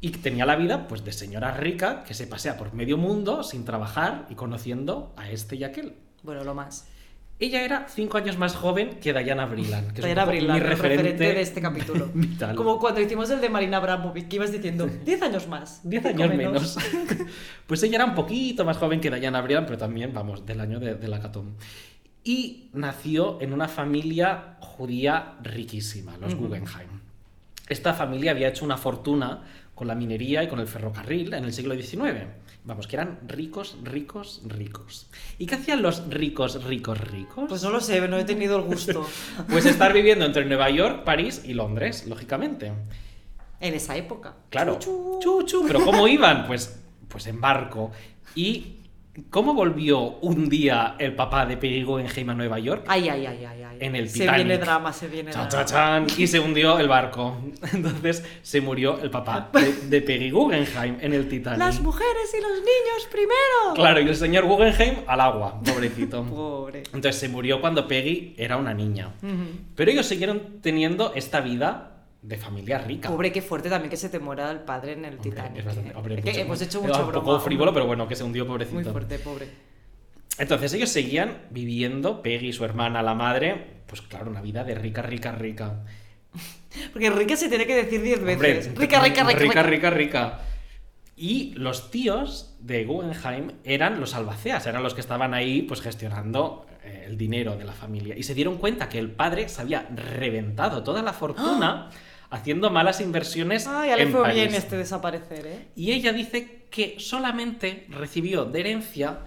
S1: Y tenía la vida pues de señora rica que se pasea por medio mundo sin trabajar y conociendo a este y aquel.
S2: Bueno, lo más.
S1: Ella era cinco años más joven que Diana Brillan, que es un
S2: Era
S1: poco
S2: Brilán,
S1: mi
S2: el
S1: referente,
S2: referente de este capítulo.
S1: vital.
S2: Como cuando hicimos el de Marina Abramovic, que ibas diciendo 10 años más.
S1: 10
S2: cinco
S1: años menos. pues ella era un poquito más joven que Diana Brillan, pero también, vamos, del año de, de la Catón. Y nació en una familia judía riquísima, los
S2: Ujú.
S1: Guggenheim. Esta familia había hecho una fortuna con la minería y con el ferrocarril en el siglo XIX. Vamos, que eran ricos, ricos, ricos. ¿Y qué hacían los ricos, ricos, ricos?
S2: Pues no lo sé, no he tenido el gusto.
S1: Pues estar viviendo entre Nueva York, París y Londres, lógicamente.
S2: En esa época.
S1: Claro.
S2: Chu, chu.
S1: Chuchu. Pero ¿cómo iban? Pues, pues en barco. ¿Y cómo volvió un día el papá de Peggy Guggenheim a Nueva York?
S2: Ay, ay, ay, ay, ay.
S1: En el
S2: Se
S1: Titanic.
S2: viene drama, se viene
S1: Chan,
S2: drama.
S1: chan, chan. y se hundió el barco. Entonces se murió el papá de, de Peggy Guggenheim en el Titanic.
S2: Las mujeres y los niños primero.
S1: Claro, y el señor Guggenheim al agua, pobrecito.
S2: Pobre.
S1: Entonces se murió cuando Peggy era una niña.
S2: Ujú.
S1: Pero ellos siguieron teniendo esta vida de familia rica.
S2: Pobre, qué fuerte también que se te muera el padre en el
S1: Hombre,
S2: Titanic.
S1: es bastante-
S2: ¿eh?
S1: hombre,
S2: Es que
S1: mucho-
S2: hemos hecho
S1: era
S2: mucho
S1: Un
S2: broma.
S1: poco frívolo, pero bueno, que se hundió, pobrecito.
S2: Muy fuerte, pobre.
S1: Entonces ellos seguían viviendo, Peggy, su hermana, la madre, pues claro, una vida de rica, rica, rica.
S2: Porque rica se tiene que decir diez
S1: Hombre,
S2: veces. rica, rica, rica,
S1: rica, rica, rica. Y los tíos de Guggenheim eran los albaceas, eran los que estaban ahí pues gestionando eh, el dinero de la familia. Y se dieron cuenta que el padre se había reventado toda la fortuna haciendo malas inversiones
S2: Ay, ya le
S1: en
S2: fue
S1: París.
S2: bien este desaparecer, ¿eh?
S1: Y ella dice que solamente recibió de herencia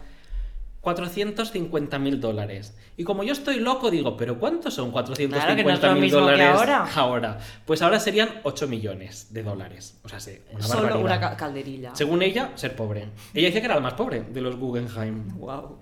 S1: 450 mil dólares. Y como yo estoy loco, digo, ¿pero cuántos son 450
S2: Claro que no es lo
S1: mil
S2: mismo que
S1: dólares
S2: ahora.
S1: Pues ahora serían 8 millones de dólares. O sea, sí, una
S2: Solo
S1: barbaridad.
S2: una ca- calderilla.
S1: Según ella, ser pobre. Ella decía que era la más pobre de los Guggenheim.
S2: Wow.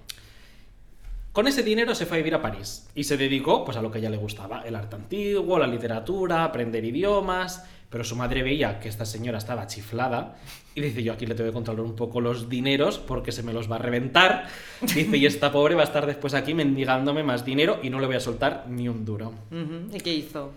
S1: Con ese dinero se fue a vivir a París y se dedicó pues, a lo que a ella le gustaba, el arte antiguo, la literatura, aprender idiomas, pero su madre veía que esta señora estaba chiflada y dice, yo aquí le tengo que controlar un poco los dineros porque se me los va a reventar. Dice, y esta pobre va a estar después aquí mendigándome más dinero y no le voy a soltar ni un duro.
S2: Ujú, ¿Y qué hizo?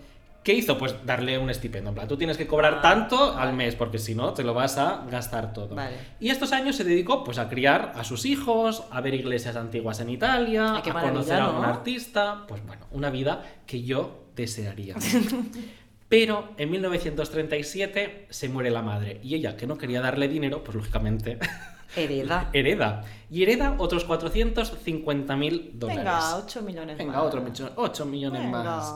S1: ¿Qué hizo? Pues darle un estipendo. En plan, tú tienes que cobrar
S2: Ah,
S1: tanto al
S2: vale.
S1: mes, porque si no, te lo vas a gastar todo.
S2: Vale.
S1: Y estos años se dedicó pues, a criar a sus hijos, a ver iglesias antiguas en Italia,
S2: Ay, qué
S1: a conocer
S2: maravilla,
S1: a un
S2: ¿no?
S1: artista. Pues bueno, una vida que yo desearía. Pero en 1937 se muere la madre y ella, que no quería darle dinero, pues lógicamente
S2: Hereda.
S1: hereda. Y hereda otros 450 mil dólares.
S2: Venga, 8 millones
S1: Venga,
S2: más.
S1: otro millón- ocho millones
S2: Venga.
S1: más.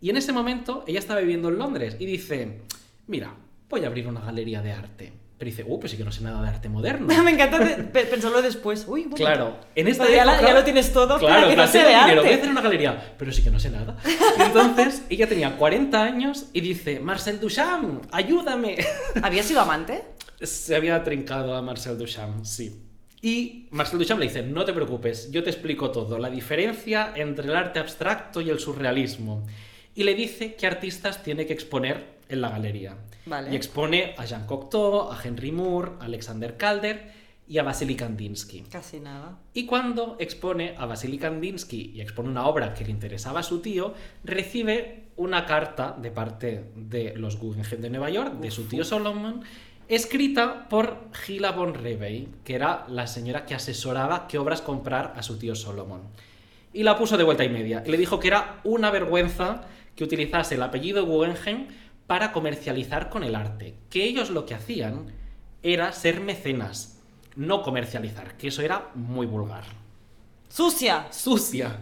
S1: Y en ese momento ella estaba viviendo en Londres y dice, mira, voy a abrir una galería de arte. Pero dice, uh, pues sí que no sé nada de arte moderno.
S2: Me encanta de- pe- pensarlo después. Uy, bueno.
S1: Claro, en esta
S2: Pero ya, la-
S1: época-
S2: ya lo tienes todo.
S1: Claro,
S2: que no se
S1: tengo
S2: ve
S1: dinero, voy a
S2: arte.
S1: hacer una galería, pero sí que no sé nada. Y entonces ella tenía 40 años y dice, Marcel Duchamp, ayúdame.
S2: ¿Había sido amante?
S1: Se había trincado a Marcel Duchamp, sí. Y Marcel Duchamp le dice, no te preocupes, yo te explico todo, la diferencia entre el arte abstracto y el surrealismo. Y le dice qué artistas tiene que exponer en la galería.
S2: Vale.
S1: Y expone a Jean Cocteau, a Henry Moore, a Alexander Calder y a Vasily Kandinsky.
S2: Casi nada.
S1: Y cuando expone a Vasily Kandinsky y expone una obra que le interesaba a su tío, recibe una carta de parte de los Guggenheim de Nueva York, de su tío Solomon, escrita por Gila von Revey, que era la señora que asesoraba qué obras comprar a su tío Solomon. Y la puso de vuelta y media. Y le dijo que era una vergüenza que utilizase el apellido Guggenheim para comercializar con el arte. Que ellos lo que hacían era ser mecenas, no comercializar, que eso era muy vulgar.
S2: ¡Sucia!
S1: Sucia.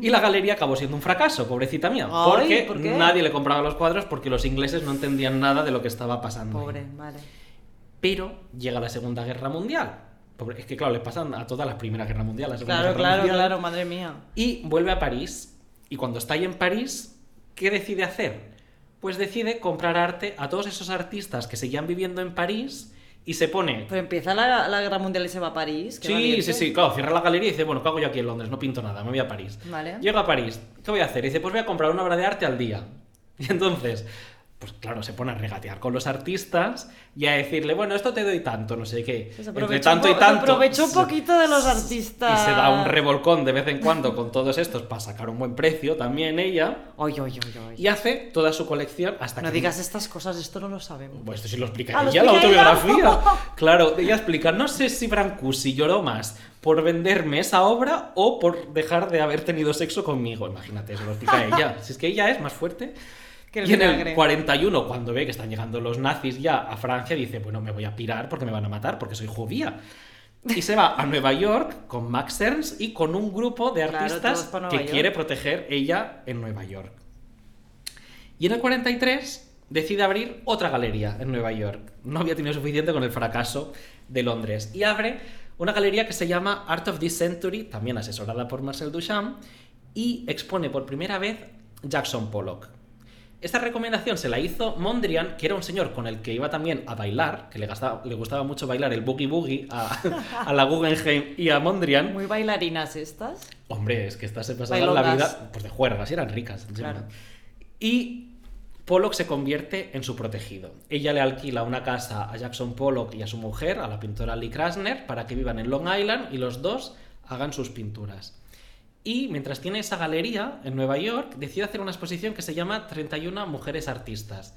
S1: Y la galería acabó siendo un fracaso, pobrecita mía.
S2: Ay,
S1: porque
S2: ¿por qué?
S1: nadie le compraba los cuadros porque los ingleses no entendían nada de lo que estaba pasando. ahí.
S2: Pobre, vale.
S1: Pero llega la Segunda Guerra Mundial. Pobre- es que, claro, les pasan a todas las Primeras Guerra Mundial. La Segunda
S2: Claro,
S1: Guerra
S2: claro,
S1: Mundial.
S2: claro, madre mía.
S1: Y vuelve a París. Y cuando está ahí en París, ¿qué decide hacer? Pues decide comprar arte a todos esos artistas que seguían viviendo en París y se pone.
S2: Pero empieza la, la guerra mundial y se va a París. qué
S1: Sí,
S2: valiente.
S1: sí, sí, claro, cierra la galería y dice, bueno, ¿qué hago yo aquí en Londres? No pinto nada, me voy a París.
S2: Vale.
S1: Llego a París, ¿qué voy a hacer? Y dice, pues voy a comprar una obra de arte al día. Y entonces, pues claro, se pone a regatear con los artistas y a decirle, bueno, esto te doy tanto, no sé qué.
S2: Se Pues aprovechó
S1: Entre
S2: un
S1: tanto y
S2: po- se
S1: tanto.
S2: aprovechó un
S1: se-
S2: poquito de los
S1: se-
S2: artistas.
S1: Y se da un revolcón de vez en cuando con todos estos para sacar un buen precio también ella.
S2: Oy, oy, oy, oy.
S1: Y hace toda su colección hasta
S2: No
S1: que.
S2: digas estas cosas, esto no lo sabemos.
S1: Bueno, esto sí lo explica
S2: Ah, lo
S1: ella, la
S2: explica ella.
S1: autobiografía. Claro, ella explica, no sé si Brancusi lloró más por venderme esa obra o por dejar de haber tenido sexo conmigo. Imagínate, eso lo explica ella. Si es que ella es más fuerte.
S2: Que el
S1: y en
S2: vinagre.
S1: el 41, cuando ve que están llegando los nazis ya a Francia, dice, bueno, me voy a pirar porque me van a matar, porque soy judía. Y se va a Nueva York con Max Ernst y con un grupo de
S2: Claro, todos
S1: artistas
S2: pa' Nueva
S1: que
S2: York.
S1: quiere proteger ella en Nueva York. Y en el 43 decide abrir otra galería en Nueva York. No había tenido suficiente con el fracaso de Londres. Y abre una galería que se llama Art of this Century, también asesorada por Marcel Duchamp, y expone por primera vez Jackson Pollock. Esta recomendación se la hizo Mondrian, que era un señor con el que iba también a bailar, que le, gastaba- le gustaba mucho bailar el boogie boogie a, a la Guggenheim y a Mondrian.
S2: Muy bailarinas estas.
S1: Hombre, es que estas se pasaban la
S2: Bailongas.
S1: vida pues de juergas, eran ricas. encima.
S2: Claro.
S1: Y Pollock se convierte en su protegido. Ella le alquila una casa a Jackson Pollock y a su mujer, a la pintora Lee Krasner, para que vivan en Long Island y los dos hagan sus pinturas. Y mientras tiene esa galería en Nueva York, decide hacer una exposición que se llama 31 Mujeres Artistas.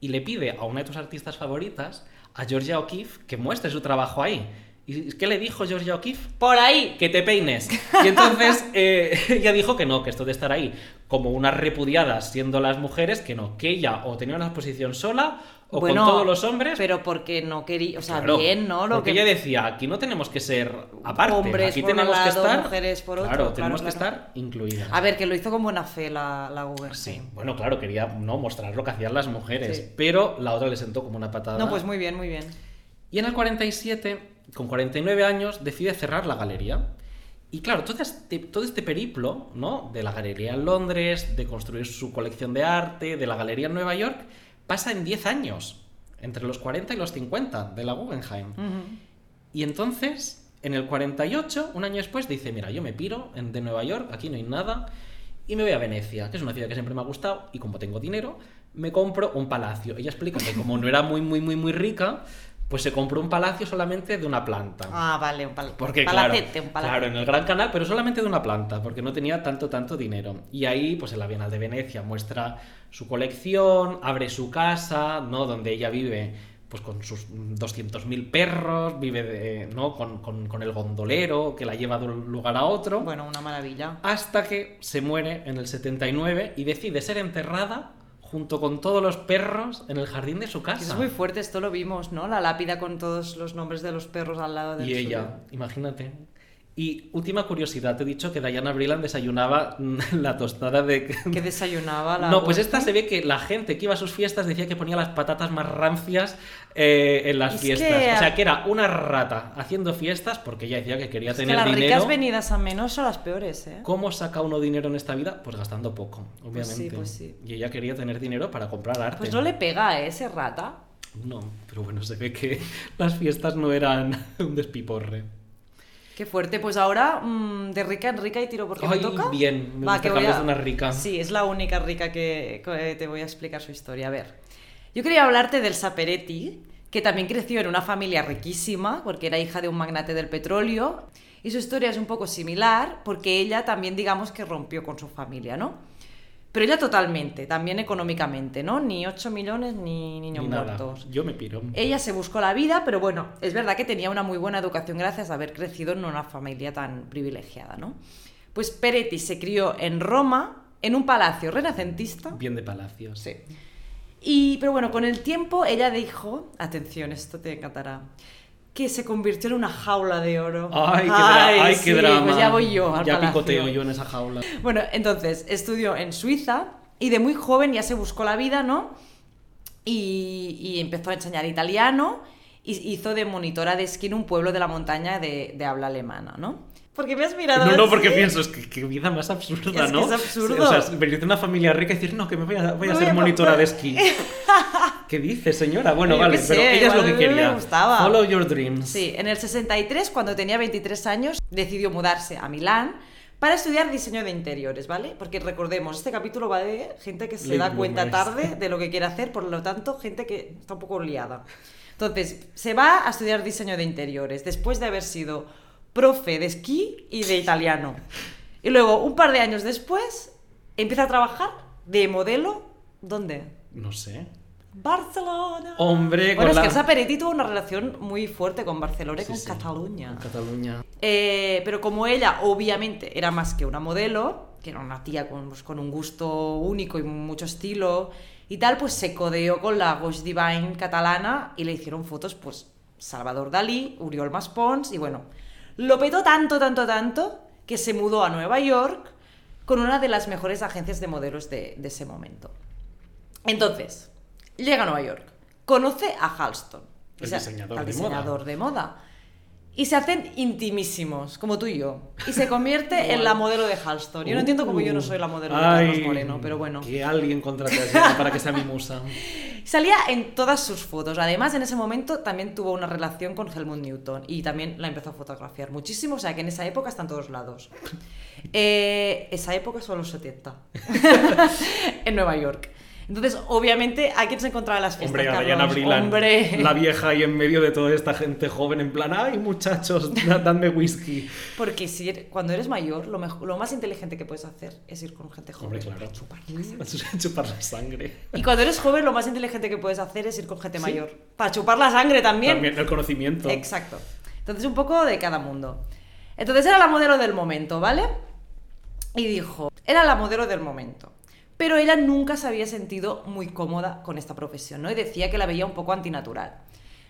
S1: Y le pide a una de tus artistas favoritas, a Georgia O'Keeffe, que muestre su trabajo ahí. ¿Y qué le dijo Georgia O'Keeffe?
S2: ¡Por ahí!
S1: que te peines. Y entonces eh, ella dijo que no, que esto de estar ahí como unas repudiadas siendo las mujeres, que no, que ella o tenía una exposición sola o con todos los hombres.
S2: Pero porque no quería. O sea,
S1: Claro,
S2: bien, ¿no? Lo
S1: porque
S2: que...
S1: ella decía, aquí no tenemos que ser aparte,
S2: Hombres
S1: aquí
S2: por un
S1: tenemos que
S2: lado,
S1: estar,
S2: mujeres por otro,
S1: claro,
S2: claro,
S1: tenemos que
S2: claro.
S1: estar incluidas.
S2: A ver, que lo hizo con buena fe la, la Guggenheim.
S1: Sí, bueno, claro, quería no mostrar lo que hacían las mujeres,
S2: Sí.
S1: pero la otra le sentó como una patada.
S2: No, pues muy bien, muy bien.
S1: Y en el 47, con 49 años, decide cerrar la galería. Y claro, todo este, todo este periplo, ¿no? De la galería en Londres, de construir su colección de arte, de la galería en Nueva York, pasa en 10 años, entre los 40 y los 50 de la Guggenheim.
S2: Ujú.
S1: Y entonces, en el 48, un año después, dice, mira, yo me piro en- de Nueva York, aquí no hay nada, y me voy a Venecia, que es una ciudad que siempre me ha gustado, y como tengo dinero, me compro un palacio. Ella explica que como no era muy, muy, muy, muy rica, pues se compró un palacio solamente de una planta.
S2: Ah, vale, un pal-
S1: Porque claro,
S2: palacete, un palacete.
S1: claro, en el Gran Canal, pero solamente de una planta, porque no tenía tanto, tanto dinero. Y ahí, pues en la Bienal de Venecia muestra su colección, abre su casa, ¿no? Donde ella vive, pues con sus mm, 200.000 perros, vive, de- ¿no? Con, con- con el gondolero que la lleva de un lugar a otro.
S2: Bueno, una maravilla.
S1: Hasta que se muere en el 79 y decide ser enterrada junto con todos los perros en el jardín de su casa.
S2: Es muy fuerte, esto lo vimos, ¿no? La lápida con todos los nombres de los perros al lado de
S1: Y ella, imagínate. Y última curiosidad, te he dicho que Diana Brilland desayunaba la tostada de...
S2: Que desayunaba la...
S1: No, pues esta se ve que la gente que iba a sus fiestas decía que ponía las patatas más rancias eh, en las
S2: Es
S1: fiestas.
S2: que-
S1: O sea, que era una rata haciendo fiestas porque ella decía que quería
S2: Es que
S1: tener
S2: las ricas
S1: dinero.
S2: venidas a menos son las peores, ¿eh?
S1: ¿Cómo saca uno dinero en esta vida? Pues gastando poco, obviamente.
S2: sí, pues sí.
S1: Y ella quería tener dinero para comprar arte.
S2: Pues no le pega, ¿eh? Ese rata.
S1: No, pero bueno, se ve que las fiestas no eran un despiporre.
S2: Qué fuerte. Pues ahora mm, de rica en rica y tiro porque
S1: Ay,
S2: me toca.
S1: bien. Me gusta
S2: que
S1: que
S2: voy
S1: hables de una rica.
S2: Sí, es la única rica que que te voy a explicar su historia. A ver, yo quería hablarte del Saperetti, que también creció en una familia riquísima, porque era hija de un magnate del petróleo, y su historia es un poco similar, porque ella también, digamos, que rompió con su familia, ¿no? Pero ella totalmente, también económicamente, ¿no? Ni 8 millones ni niños
S1: Ni nada.
S2: muertos.
S1: Yo me piro.
S2: Ella se buscó la vida, pero bueno, es verdad que tenía una muy buena educación gracias a haber crecido en una familia tan privilegiada, ¿no? Pues Peretti se crió en Roma, en un palacio renacentista.
S1: Bien de palacios.
S2: Sí. Y, pero bueno, con el tiempo ella dijo, atención, esto te encantará, que se convirtió en una jaula de oro.
S1: Ay, qué, dra- ay, qué
S2: sí,
S1: drama.
S2: Pues ya voy yo. Al
S1: Ya
S2: palacio.
S1: picoteo yo en esa jaula.
S2: Bueno, entonces estudió en Suiza y de muy joven ya se buscó la vida, ¿no? Y, y empezó a enseñar italiano y hizo de monitora de esquí en un pueblo de la montaña de, de habla alemana, ¿no? Porque me has mirado.
S1: No, no,
S2: así?
S1: porque pienso, es que qué vida más absurda,
S2: Es que
S1: ¿no?
S2: es absurdo.
S1: Sí, O sea, es venir de una familia rica y decir, no, que me voy a, voy a
S2: Me
S1: ser
S2: voy a
S1: monitora
S2: comprar-
S1: de esquí. ¿Qué dices, señora? Bueno,
S2: Yo
S1: vale,
S2: qué sé,
S1: pero ella es lo
S2: igual
S1: que
S2: a mí me
S1: quería.
S2: gustaba.
S1: Follow your dreams.
S2: Sí, en el 63, cuando tenía 23 años, decidió mudarse a Milán para estudiar diseño de interiores, ¿vale? Porque recordemos, este capítulo va de gente que se
S1: Late
S2: da cuenta
S1: bloomers.
S2: tarde de lo que quiere hacer, por lo tanto, gente que está un poco liada. Entonces, se va a estudiar diseño de interiores después de haber sido profe de esquí y de italiano. Y luego, un par de años después, empieza a trabajar de modelo, ¿dónde?
S1: No sé.
S2: Barcelona.
S1: Hombre,
S2: bueno,
S1: con
S2: es
S1: la-
S2: que el Saperetti tuvo una relación muy fuerte con Barcelona y
S1: Sí,
S2: con
S1: sí.
S2: Cataluña.
S1: Cataluña.
S2: Eh, pero como ella, obviamente, era más que una modelo, que era una tía con, pues, con un gusto único y mucho estilo y tal, pues se codeó con la Gauche Divine catalana y le hicieron fotos, pues, Salvador Dalí, Uriol Maspons y bueno, lo petó tanto, tanto, tanto que se mudó a Nueva York con una de las mejores agencias de modelos de, de ese momento. Entonces, llega a Nueva York, conoce a Halston,
S1: El diseñador
S2: al
S1: de moda.
S2: diseñador de moda. Y se hacen intimísimos, como tú y yo. Y se convierte en la modelo de Halston. Yo no entiendo cómo yo no soy la modelo de Carlos
S1: Uh, Ay,
S2: Moreno, pero bueno.
S1: Que alguien contrate a Diana para que sea mi musa.
S2: Salía en todas sus fotos. Además, en ese momento también tuvo una relación con Helmut Newton y también la empezó a fotografiar muchísimo. O sea que en esa época está en todos lados. Eh, esa época son los 70. en Nueva York. Entonces, obviamente, ¿a quién se encontraba en las fiestas,
S1: Hombre, a
S2: Carlos?
S1: Diana Brilland,
S2: Hombre.
S1: la vieja ahí en medio de toda esta gente joven, en plan, ay muchachos, da- dadme whisky.
S2: Porque si er- cuando eres mayor, lo, mejo- lo más inteligente que puedes hacer es ir con gente joven.
S1: Hombre, claro.
S2: a chupar.
S1: Chupar la sangre.
S2: Y cuando eres joven, lo más inteligente que puedes hacer es ir con gente
S1: Sí.
S2: mayor. Para chupar la sangre también.
S1: También el conocimiento.
S2: Exacto. Entonces, un poco de cada mundo. Entonces, era la modelo del momento, ¿vale? Y dijo, era la modelo del momento. Pero ella nunca se había sentido muy cómoda con esta profesión, ¿no? Y decía que la veía un poco antinatural.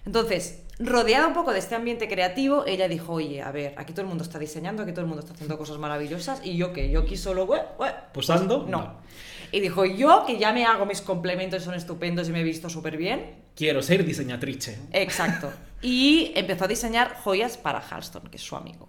S2: Entonces, rodeada un poco de este ambiente creativo, ella dijo, oye, a ver, aquí todo el mundo está diseñando, aquí todo el mundo está haciendo cosas maravillosas, y yo qué, yo aquí solo... ué, ué,
S1: ¿Posando?
S2: No. Y dijo, yo que ya me hago mis complementos, son estupendos y me he visto súper bien,
S1: Quiero ser diseñatrice.
S2: Exacto. Y empezó a diseñar joyas para Halston, que es su amigo.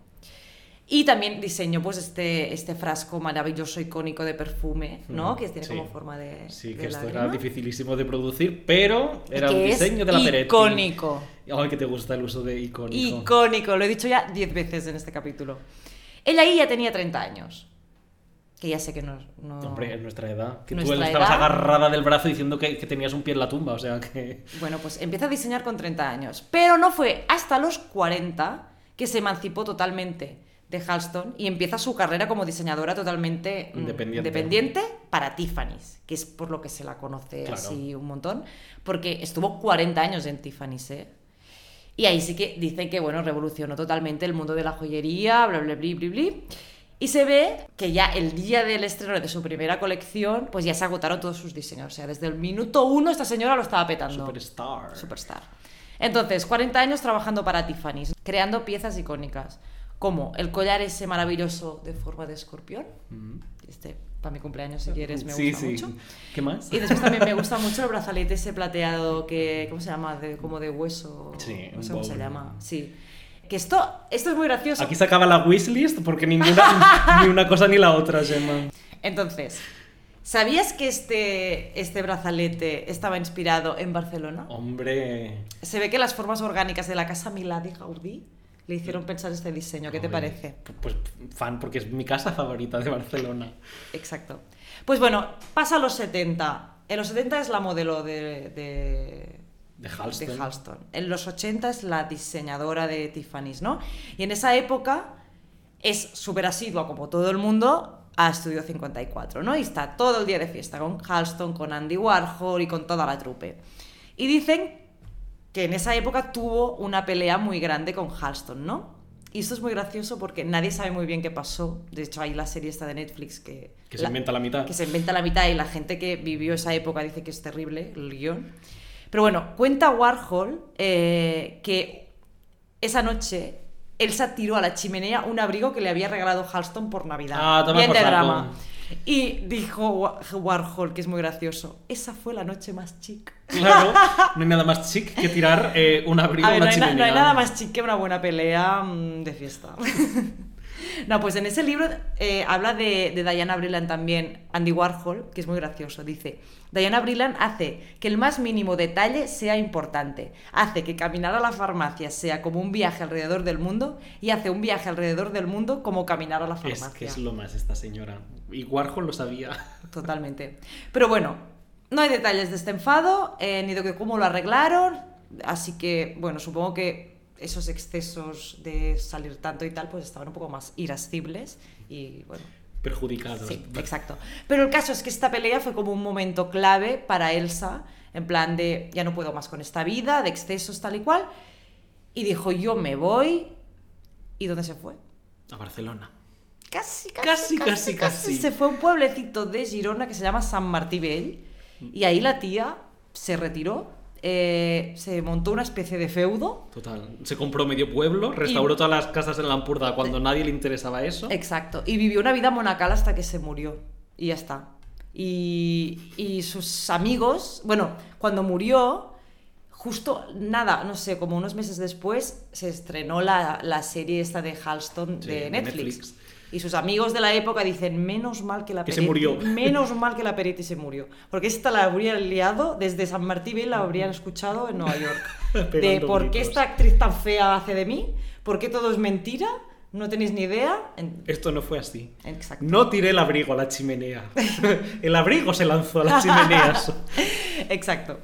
S2: Y también diseñó pues este, este frasco maravilloso, icónico de perfume, ¿no?
S1: Mm,
S2: que tiene
S1: sí.
S2: como forma de
S1: Sí,
S2: Eh, de
S1: que esto
S2: lágrima.
S1: era dificilísimo de producir, pero era un
S2: Que es
S1: diseño de la Peretti.
S2: icónico.
S1: Ay, que te gusta el uso de icónico.
S2: Icónico, lo he dicho ya 10 veces en este capítulo. Ella ahí ya tenía 30 años. Que ya sé que no... no-
S1: Hombre, en nuestra edad. Que tú
S2: Nuestra
S1: estabas
S2: edad.
S1: agarrada del brazo diciendo que, que tenías un pie en la tumba, o sea que.
S2: Bueno, pues empieza a diseñar con 30 años, pero no fue hasta los 40 que se emancipó totalmente de Halston y empieza su carrera como diseñadora totalmente mm,
S1: Independiente.
S2: independiente para Tiffany's, que es por lo que se la conoce
S1: Claro.
S2: así un montón, porque estuvo 40 años en Tiffany's, ¿eh? Y ahí sí que dicen que, bueno, revolucionó totalmente el mundo de la joyería, bla, bla, bla, bla, bla. Y se ve que ya el día del estreno de su primera colección, pues ya se agotaron todos sus diseños. O sea, desde el minuto uno esta señora lo estaba petando.
S1: Superstar.
S2: Superstar. Entonces, 40 años trabajando para Tiffany's, creando piezas icónicas. como el collar ese maravilloso de forma de escorpión.
S1: Mm.
S2: Este, para mi cumpleaños, si quieres, me
S1: Sí,
S2: gusta
S1: sí.
S2: mucho.
S1: ¿Qué más?
S2: Y después también me gusta mucho el brazalete ese plateado que, ¿cómo se llama? De- como de hueso.
S1: Sí,
S2: no
S1: un
S2: sé cómo se
S1: bowl.
S2: llama. Sí. Que esto, esto es muy gracioso.
S1: Aquí se acaba la wishlist porque ninguna, ni una cosa ni la otra, Gemma.
S2: Entonces, ¿sabías que este, este brazalete estaba inspirado en
S1: Oh.
S2: Barcelona?
S1: Hombre.
S2: Se ve que las formas orgánicas de la casa Milá de Gaudí le hicieron pensar este diseño. ¿Qué te
S1: Ay,
S2: parece?
S1: Pues fan, porque es mi casa favorita de Barcelona.
S2: Exacto. Pues bueno, pasa a los 70. En los 70 es la modelo de, de,
S1: De Halston.
S2: de Halston. En los 80 es la diseñadora de Tiffany's, ¿no? Y en esa época es súper asidua, como todo el mundo, a Estudio 54, ¿no? Y está todo el día de fiesta con Halston, con Andy Warhol y con toda la trupe. Y dicen que en esa época tuvo una pelea muy grande con Halston, ¿no? Y esto es muy gracioso porque nadie sabe muy bien qué pasó. De hecho, hay la serie esta de Netflix que...
S1: Que se
S2: la-
S1: inventa la mitad.
S2: que se inventa la mitad y la gente que vivió esa época dice que es terrible el guión. Pero bueno, cuenta Warhol eh, que esa noche Elsa tiró a la chimenea un abrigo que le había regalado Halston por Navidad.
S1: Ah, toma
S2: Bien
S1: por
S2: de
S1: saco.
S2: drama. Y dijo Wa- Warhol, que es muy gracioso, esa fue la noche más chic.
S1: Claro, no hay nada más chic que tirar eh, un abrigo
S2: A
S1: a
S2: ver, no
S1: una
S2: hay, na- no hay
S1: chimenea.
S2: nada más chic que una buena pelea mm, de fiesta. no, pues en ese libro eh, habla de, de Diana Brilland también, Andy Warhol, que es muy gracioso. Dice, Diana Brilland hace que el más mínimo detalle sea importante, hace que caminar a la farmacia sea como un viaje alrededor del mundo y hace un viaje alrededor del mundo como caminar a la
S1: Es
S2: farmacia.
S1: que es lo más esta señora. Y Warhol lo sabía.
S2: Totalmente. Pero bueno, no hay detalles de este enfado, eh, ni de que cómo lo arreglaron, así que, bueno, supongo que esos excesos de salir tanto y tal, pues estaban un poco más irascibles y, bueno,
S1: Perjudicados.
S2: sí, exacto. Pero el caso es que esta pelea fue como un momento clave para Elsa, en plan de, ya no puedo más con esta vida, de excesos tal y cual, y dijo, yo me voy. ¿Y dónde se fue?
S1: A Barcelona.
S2: Casi,
S1: Casi, casi, casi.
S2: Se fue a un pueblecito de Girona que se llama San Martí Vell y ahí la tía se retiró, eh, se montó una especie de feudo.
S1: Total. Se compró medio pueblo, restauró
S2: Y-
S1: todas las casas en Lampurda cuando nadie le interesaba eso.
S2: Exacto. Y vivió una vida monacal hasta que se murió. Y ya está. Y, y sus amigos, bueno, cuando murió, justo nada, no sé, como unos meses después, se estrenó la, la serie esta de Halston
S1: Sí,
S2: de
S1: de
S2: Netflix.
S1: Netflix.
S2: Y sus amigos de la época dicen, menos mal que la
S1: Que se
S2: Peretti-
S1: murió".
S2: Menos mal que la Peretti se murió. Porque esta la habrían liado desde San Martín Bay, la habrían escuchado en Nueva York. de
S1: Pegando
S2: por qué
S1: gritos.
S2: esta actriz tan fea hace de mí, por qué todo es mentira, no tenéis ni idea. En-
S1: Esto no fue así.
S2: Exacto.
S1: No tiré el abrigo a la chimenea. el abrigo se lanzó a las chimeneas.
S2: Exacto.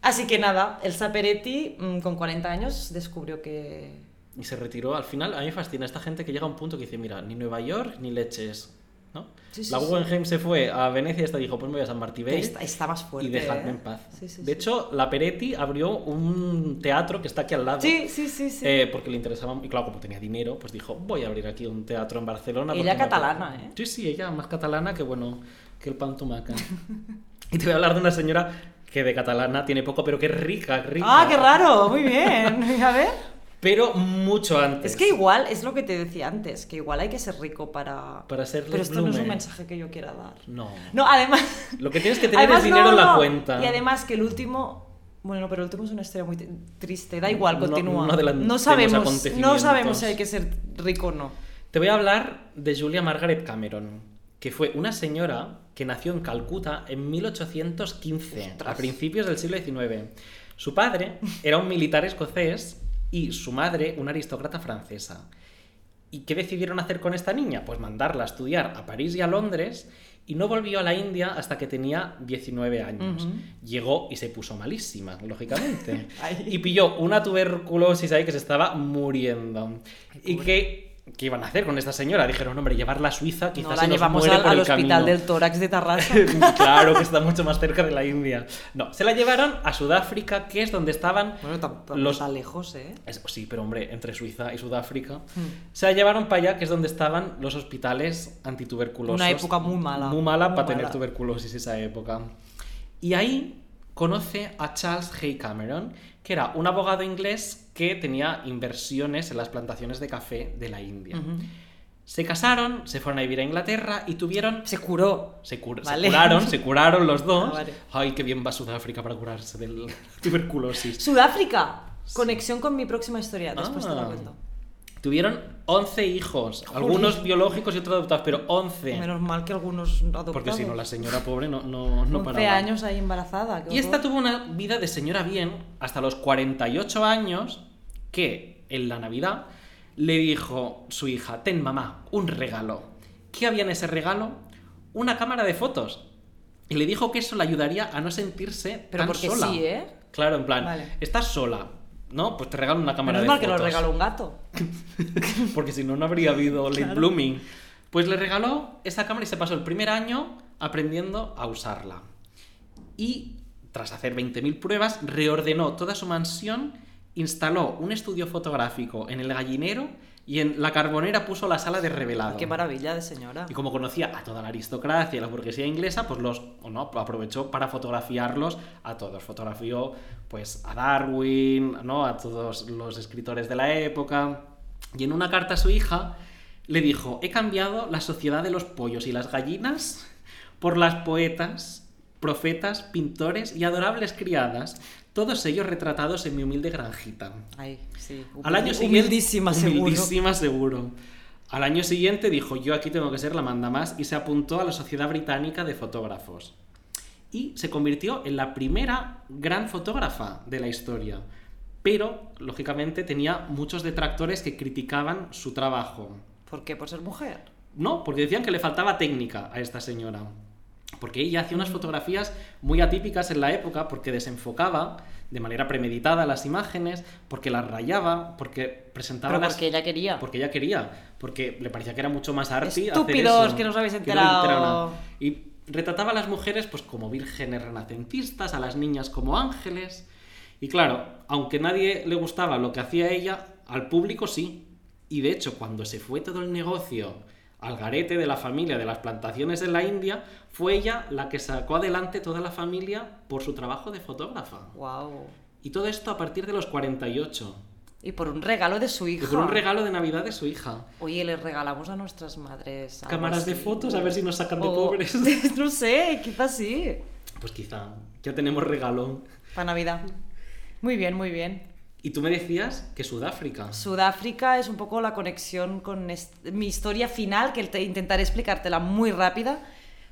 S2: Así que nada, Elsa Peretti, mm, con 40 años, descubrió que.
S1: Y se retiró. Al final, a mí me fascina esta gente que llega a un punto que dice, mira, ni Nueva York ni leches. ¿no?
S2: Sí, sí,
S1: la
S2: sí.
S1: Guggenheim se fue a Venecia y esta dijo, pues me voy a San Martín
S2: que
S1: Bay
S2: está, está más fuerte.
S1: y dejadme
S2: ¿eh?
S1: en paz.
S2: Sí, sí,
S1: de
S2: sí.
S1: hecho, la Peretti abrió un teatro que está aquí al lado.
S2: Sí, sí, sí. sí.
S1: eh, porque le interesaba, y claro, como tenía dinero, pues dijo, voy a abrir aquí un teatro en Barcelona.
S2: Ella
S1: porque me
S2: catalana,
S1: apetece".
S2: ¿eh?
S1: Sí, sí, ella más catalana que, bueno, que el pan tumaca. y te voy a hablar de una señora que de catalana tiene poco, pero que es rica, rica.
S2: ah, qué raro, muy bien. A ver.
S1: Pero mucho antes.
S2: Es que igual, es lo que te decía antes, que igual hay que ser rico para.
S1: Para ser
S2: Pero esto no es
S1: Blume.
S2: un mensaje que yo quiera dar.
S1: No.
S2: No, además.
S1: Lo que tienes que tener
S2: Además,
S1: es dinero
S2: no,
S1: en la
S2: no.
S1: cuenta.
S2: Y además que el último. Bueno, no, pero el último es una historia muy t- triste. Da igual,
S1: No-
S2: continúa.
S1: no adelantemos
S2: sabemos, no
S1: acontecimientos.
S2: sabemos si hay que ser rico o no.
S1: Te voy a hablar de Julia Margaret Cameron, que fue una señora que nació en Calcuta en 1815,
S2: Ostras.
S1: a principios del siglo XIX. Su padre era un militar escocés y su madre una aristócrata francesa. ¿Y qué decidieron hacer con esta niña? Pues mandarla a estudiar a París y a Londres y no volvió a la India hasta que tenía 19 años.
S2: Ujú.
S1: Llegó y se puso malísima, lógicamente.
S2: Ay.
S1: y pilló una tuberculosis ahí que se estaba muriendo.
S2: Ay,
S1: ¿Y
S2: pobre.
S1: qué, qué iban a hacer con esta señora? Dijeron, hombre, llevarla a Suiza, quizás
S2: no
S1: se
S2: la
S1: nos
S2: llevamos
S1: muere
S2: al,
S1: por
S2: al
S1: el
S2: hospital
S1: camino.
S2: del tórax de Tarrasa.
S1: claro, que está mucho más cerca de la India. No, se la llevaron a Sudáfrica, que es donde estaban
S2: bueno, tampoco
S1: Los-
S2: está lejos, ¿eh?
S1: es- Sí, pero hombre, entre Suiza y Sudáfrica.
S2: Mm.
S1: Se la llevaron para allá, que es donde estaban los hospitales antituberculosos.
S2: Una época muy mala,
S1: Muy mala
S2: muy
S1: para
S2: mala.
S1: tener tuberculosis esa época. Y ahí conoce a Charles Hay Cameron, que era un abogado inglés que tenía inversiones en las plantaciones de café de la India.
S2: Ujú.
S1: Se casaron, se fueron a vivir a Inglaterra y tuvieron...
S2: Se curó.
S1: Se, cur- se
S2: Vale.
S1: curaron, se curaron los dos.
S2: Ah, vale.
S1: Ay, qué bien va Sudáfrica para curarse de la tuberculosis.
S2: Sudáfrica. Conexión con mi próxima historia. Después te
S1: Ah.
S2: la cuento.
S1: Tuvieron 11 hijos,
S2: Joder.
S1: algunos biológicos y otros adoptados, pero 11.
S2: Menos mal que algunos adoptados.
S1: porque si no, la señora pobre no, no, no
S2: 11
S1: paraba.
S2: años ahí embarazada. qué
S1: Y esta
S2: horror.
S1: tuvo una vida de señora bien hasta los 48 años que en la Navidad le dijo su hija, ten mamá, un regalo. ¿Qué había en ese regalo? Una cámara de fotos. Y le dijo que eso le ayudaría a no sentirse
S2: Pero
S1: tan
S2: porque
S1: sola.
S2: sí, ¿eh?
S1: Claro, en plan,
S2: Vale.
S1: estás sola, ¿no? Pues te regalo una cámara
S2: Menos
S1: de
S2: mal que
S1: fotos.
S2: lo regaló un gato.
S1: porque si no, no habría habido late
S2: Claro.
S1: blooming. Pues le regaló esa cámara y se pasó el primer año aprendiendo a usarla. Y tras hacer 20.000 pruebas, reordenó toda su mansión, instaló un estudio fotográfico en el gallinero y en la carbonera puso la sala de revelado.
S2: Qué maravilla de señora.
S1: Ah, Y como conocía a toda la aristocracia y la burguesía inglesa, pues los o no, aprovechó para fotografiarlos a todos. Fotografió pues a Darwin, ¿no? a todos los escritores de la época. Y en una carta a su hija le dijo, he cambiado la sociedad de los pollos y las gallinas por las poetas, profetas, pintores y adorables criadas, todos ellos retratados en mi humilde granjita.
S2: Ay, sí.
S1: Al año
S2: Humil-
S1: siguiente.
S2: Humildísima, seguro.
S1: humildísima, seguro. Al año siguiente dijo: Yo aquí tengo que ser la manda más, y se apuntó a la Sociedad Británica de Fotógrafos. Y se convirtió en la primera gran fotógrafa de la historia. Pero, lógicamente, tenía muchos detractores que criticaban su trabajo.
S2: ¿Por qué? Por ser mujer.
S1: No, porque decían que le faltaba técnica a esta señora. Porque ella hacía unas fotografías muy atípicas en la época, porque desenfocaba de manera premeditada las imágenes, porque las rayaba, porque presentaba
S2: Pero
S1: las-
S2: porque ella quería.
S1: porque ella quería, porque le parecía que era mucho más arty
S2: Estúpidos,
S1: hacer eso.
S2: que no os habéis
S1: Que
S2: enterado.
S1: enteraron. Y retrataba a las mujeres pues como vírgenes renacentistas, a las niñas como ángeles. Y claro, aunque nadie le gustaba lo que hacía ella, al público sí. Y de hecho, cuando se fue todo el negocio al garete de la familia de las plantaciones en la India, fue ella la que sacó adelante toda la familia por su trabajo de fotógrafa.
S2: Wow.
S1: Y todo esto a partir de los 48.
S2: Y por un regalo de su
S1: Y
S2: hija.
S1: por un regalo de Navidad de su hija.
S2: Oye, les regalamos a nuestras madres. algo
S1: cámaras de
S2: así.
S1: fotos a ver si nos sacan de
S2: O-
S1: pobres.
S2: no sé, quizás sí.
S1: Pues quizá, ya tenemos regalo.
S2: Para Navidad. Muy bien, muy bien.
S1: Y tú me decías que Sudáfrica.
S2: Sudáfrica es un poco la conexión con est- mi historia final, que te- intentaré explicártela muy rápida,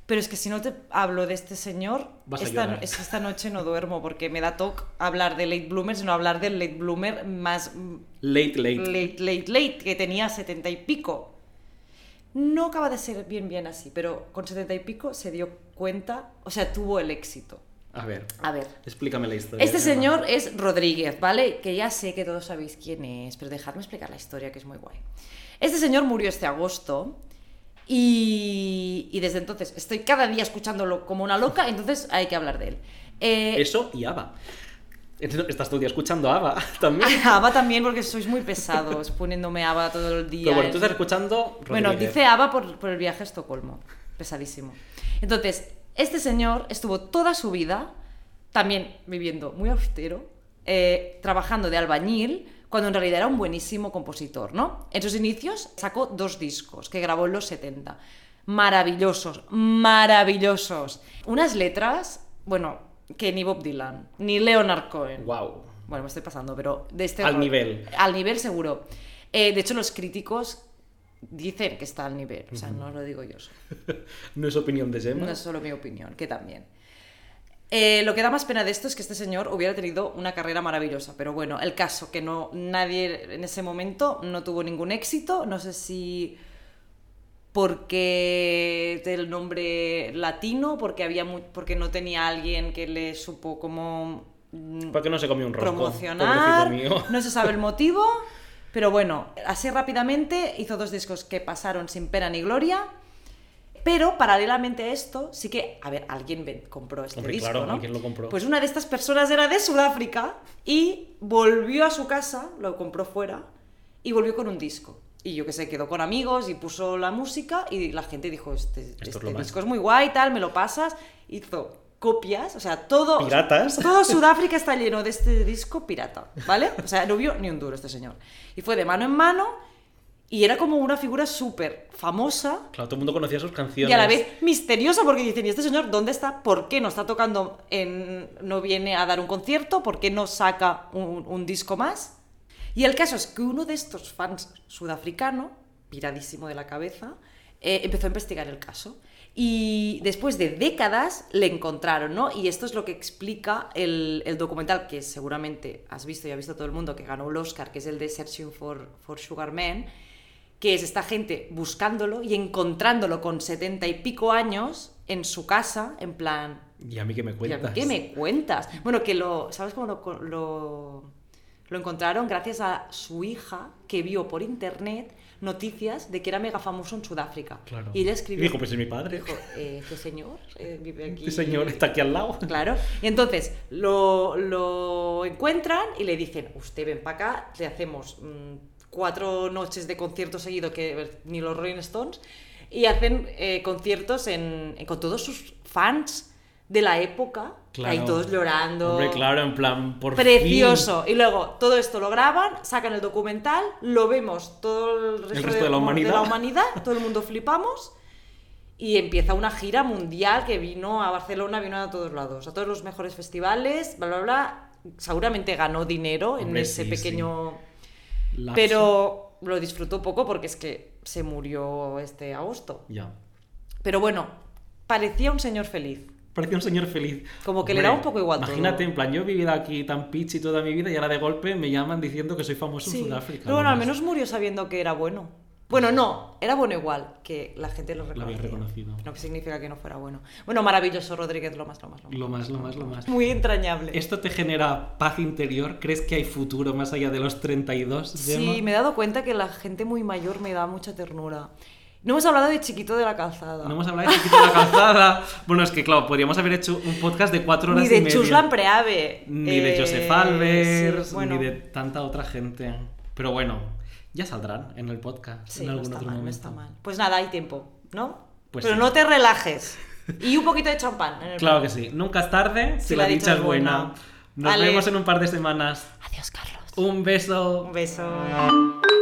S2: pero es que si no te hablo de este señor,
S1: Vas a
S2: esta, no-
S1: llorar.
S2: es que esta noche no duermo porque me da toque hablar de late bloomers, sino hablar del late bloomer más mm,
S1: Late, late.
S2: late, late, late, que tenía setenta y pico. No acaba de ser bien, bien así, pero con setenta y pico se dio cuenta, o sea, tuvo el éxito.
S1: A ver,
S2: A ver,
S1: explícame la historia.
S2: este
S1: Emma.
S2: señor es Rodríguez, ¿vale? Que ya sé que todos sabéis quién es, pero dejadme explicar la historia, que es muy guay. Este señor murió este agosto y, y desde entonces estoy cada día escuchándolo como una loca, entonces hay que hablar de él. Eh,
S1: Eso y Ava. Estás todo el día escuchando a Ava también.
S2: Ava también, porque sois muy pesados poniéndome Ava todo el día.
S1: Pero bueno,
S2: en-
S1: tú estás escuchando.
S2: Bueno,
S1: Rodríguez.
S2: dice ABBA por, por el viaje a Estocolmo. Pesadísimo. Entonces, este señor estuvo toda su vida también viviendo muy austero, eh, trabajando de albañil, cuando en realidad era un buenísimo compositor, ¿no? En sus inicios sacó dos discos que grabó en los 70. Maravillosos, maravillosos. Unas letras, bueno, que ni Bob Dylan, ni Leonard Cohen.
S1: Wow.
S2: Bueno, me estoy pasando, pero de este
S1: Al
S2: rol-
S1: nivel.
S2: Al nivel seguro. Eh, de hecho, los críticos dicen que está al nivel. O sea, no lo digo yo. solo.
S1: No es opinión de Gemma.
S2: No es solo mi opinión, que también. Eh, lo que da más pena de esto es que este señor hubiera tenido una carrera maravillosa, pero bueno, el caso que no nadie en ese momento no tuvo ningún éxito, no sé si porque del nombre latino, porque había mu- porque no tenía alguien que le supo como mm,
S1: ¿Por qué no se comió un rosco?
S2: promocionar.
S1: Pobrecito mío.
S2: No se sabe el motivo, pero bueno, así rápidamente hizo dos discos que pasaron sin pena ni gloria. Pero paralelamente a esto, sí que, a ver, alguien ven- compró este
S1: Hombre,
S2: disco,
S1: claro,
S2: ¿no?
S1: alguien lo compró.
S2: Pues una de estas personas era de Sudáfrica y volvió a su casa, lo compró fuera y volvió con un disco. Y yo que sé, quedó con amigos y puso la música y la gente dijo, este,
S1: es
S2: este
S1: lo más.
S2: disco es muy guay, tal, me lo pasas. Hizo copias, o sea, todo...
S1: Piratas.
S2: Todo Sudáfrica está lleno de este disco pirata, ¿vale? O sea, no vio ni un duro este señor. Y fue de mano en mano y era como una figura súper famosa
S1: Claro, todo el mundo conocía sus canciones.
S2: y a la vez misteriosa porque dicen, ¿y este señor dónde está? ¿Por qué no está tocando? En... ¿No viene a dar un concierto? ¿Por qué no saca un, un disco más? Y el caso es que uno de estos fans sudafricano, piradísimo de la cabeza, eh, empezó a investigar el caso. Y después de décadas le encontraron, ¿no? Y esto es lo que explica el, el documental que seguramente has visto y ha visto todo el mundo, que ganó el Oscar, que es el de Searching for, for Sugar Man, que es esta gente buscándolo y encontrándolo con setenta y pico años en su casa, en plan,
S1: Y a mí que me
S2: ¿y a
S1: cuentas.
S2: mí ¿Qué me cuentas? Bueno, que lo, ¿sabes cómo lo, co- lo, lo encontraron? Gracias a su hija que vio por internet noticias de que era mega famoso en Sudáfrica.
S1: Claro.
S2: Y ella escribió...
S1: Y dijo, pues es mi padre.
S2: dijo, eh, este señor eh, vive aquí.
S1: Este señor está aquí al lado.
S2: Claro. Y entonces lo, lo encuentran y le dicen, usted ven para acá, le hacemos mm, cuatro noches de concierto seguido que eh, ni los Rolling Stones y hacen eh, conciertos en, en- con todos sus fans de la época,
S1: Claro.
S2: ahí todos llorando.
S1: Hombre, claro, en plan, por fin.
S2: Precioso. Y luego todo esto lo graban, sacan el documental, lo vemos todo el resto,
S1: resto de la humanidad.
S2: humanidad, todo el mundo flipamos. Y empieza una gira mundial que vino a Barcelona, vino a todos lados, a todos los mejores festivales, bla, bla, bla. Seguramente ganó dinero en
S1: Hombre,
S2: ese
S1: sí,
S2: pequeño...
S1: Lapso.
S2: Pero lo disfrutó poco porque es que se murió este agosto.
S1: Ya.
S2: Pero bueno, parecía un señor feliz.
S1: Parecía un señor feliz.
S2: Como que le da un poco igual todo.
S1: Imagínate, en plan, yo he vivido aquí tan pichi toda mi vida y ahora de golpe me llaman diciendo que soy famoso
S2: Sí.
S1: en Sudáfrica.
S2: Pero bueno, al
S1: Además,
S2: menos murió sabiendo que era bueno. Bueno, no, era bueno igual, que la gente lo
S1: Lo
S2: reconocía.
S1: había reconocido.
S2: No significa que no fuera bueno. Bueno, maravilloso, Rodríguez, lo más, lo más, lo más.
S1: Lo más, lo más, lo más.
S2: Muy entrañable.
S1: ¿Esto te genera paz interior? ¿Crees que hay futuro más allá de los 32? Gemma?
S2: Sí, me he dado cuenta que la gente muy mayor me da mucha ternura. No hemos hablado de Chiquito de la Calzada.
S1: No hemos hablado de Chiquito de la Calzada. Bueno, es que claro, podríamos haber hecho un podcast de cuatro horas
S2: ni
S1: y
S2: de
S1: media.
S2: Chuslan Preave.
S1: Ni de
S2: Eh,
S1: Joseph Albers,
S2: sí, bueno,
S1: ni de tanta otra gente. Pero bueno, ya saldrán en el podcast
S2: sí,
S1: en
S2: no
S1: algún
S2: está
S1: otro
S2: mal, no
S1: momento.
S2: está mal. Pues nada, hay tiempo, ¿no?
S1: Pues
S2: Pero
S1: sí.
S2: no te relajes. Y un poquito de champán en el
S1: Claro que sí. Nunca es tarde si, la, dicha es buena. Nos
S2: Vale.
S1: vemos en un par de semanas.
S2: Adiós, Carlos.
S1: Un beso.
S2: Un beso.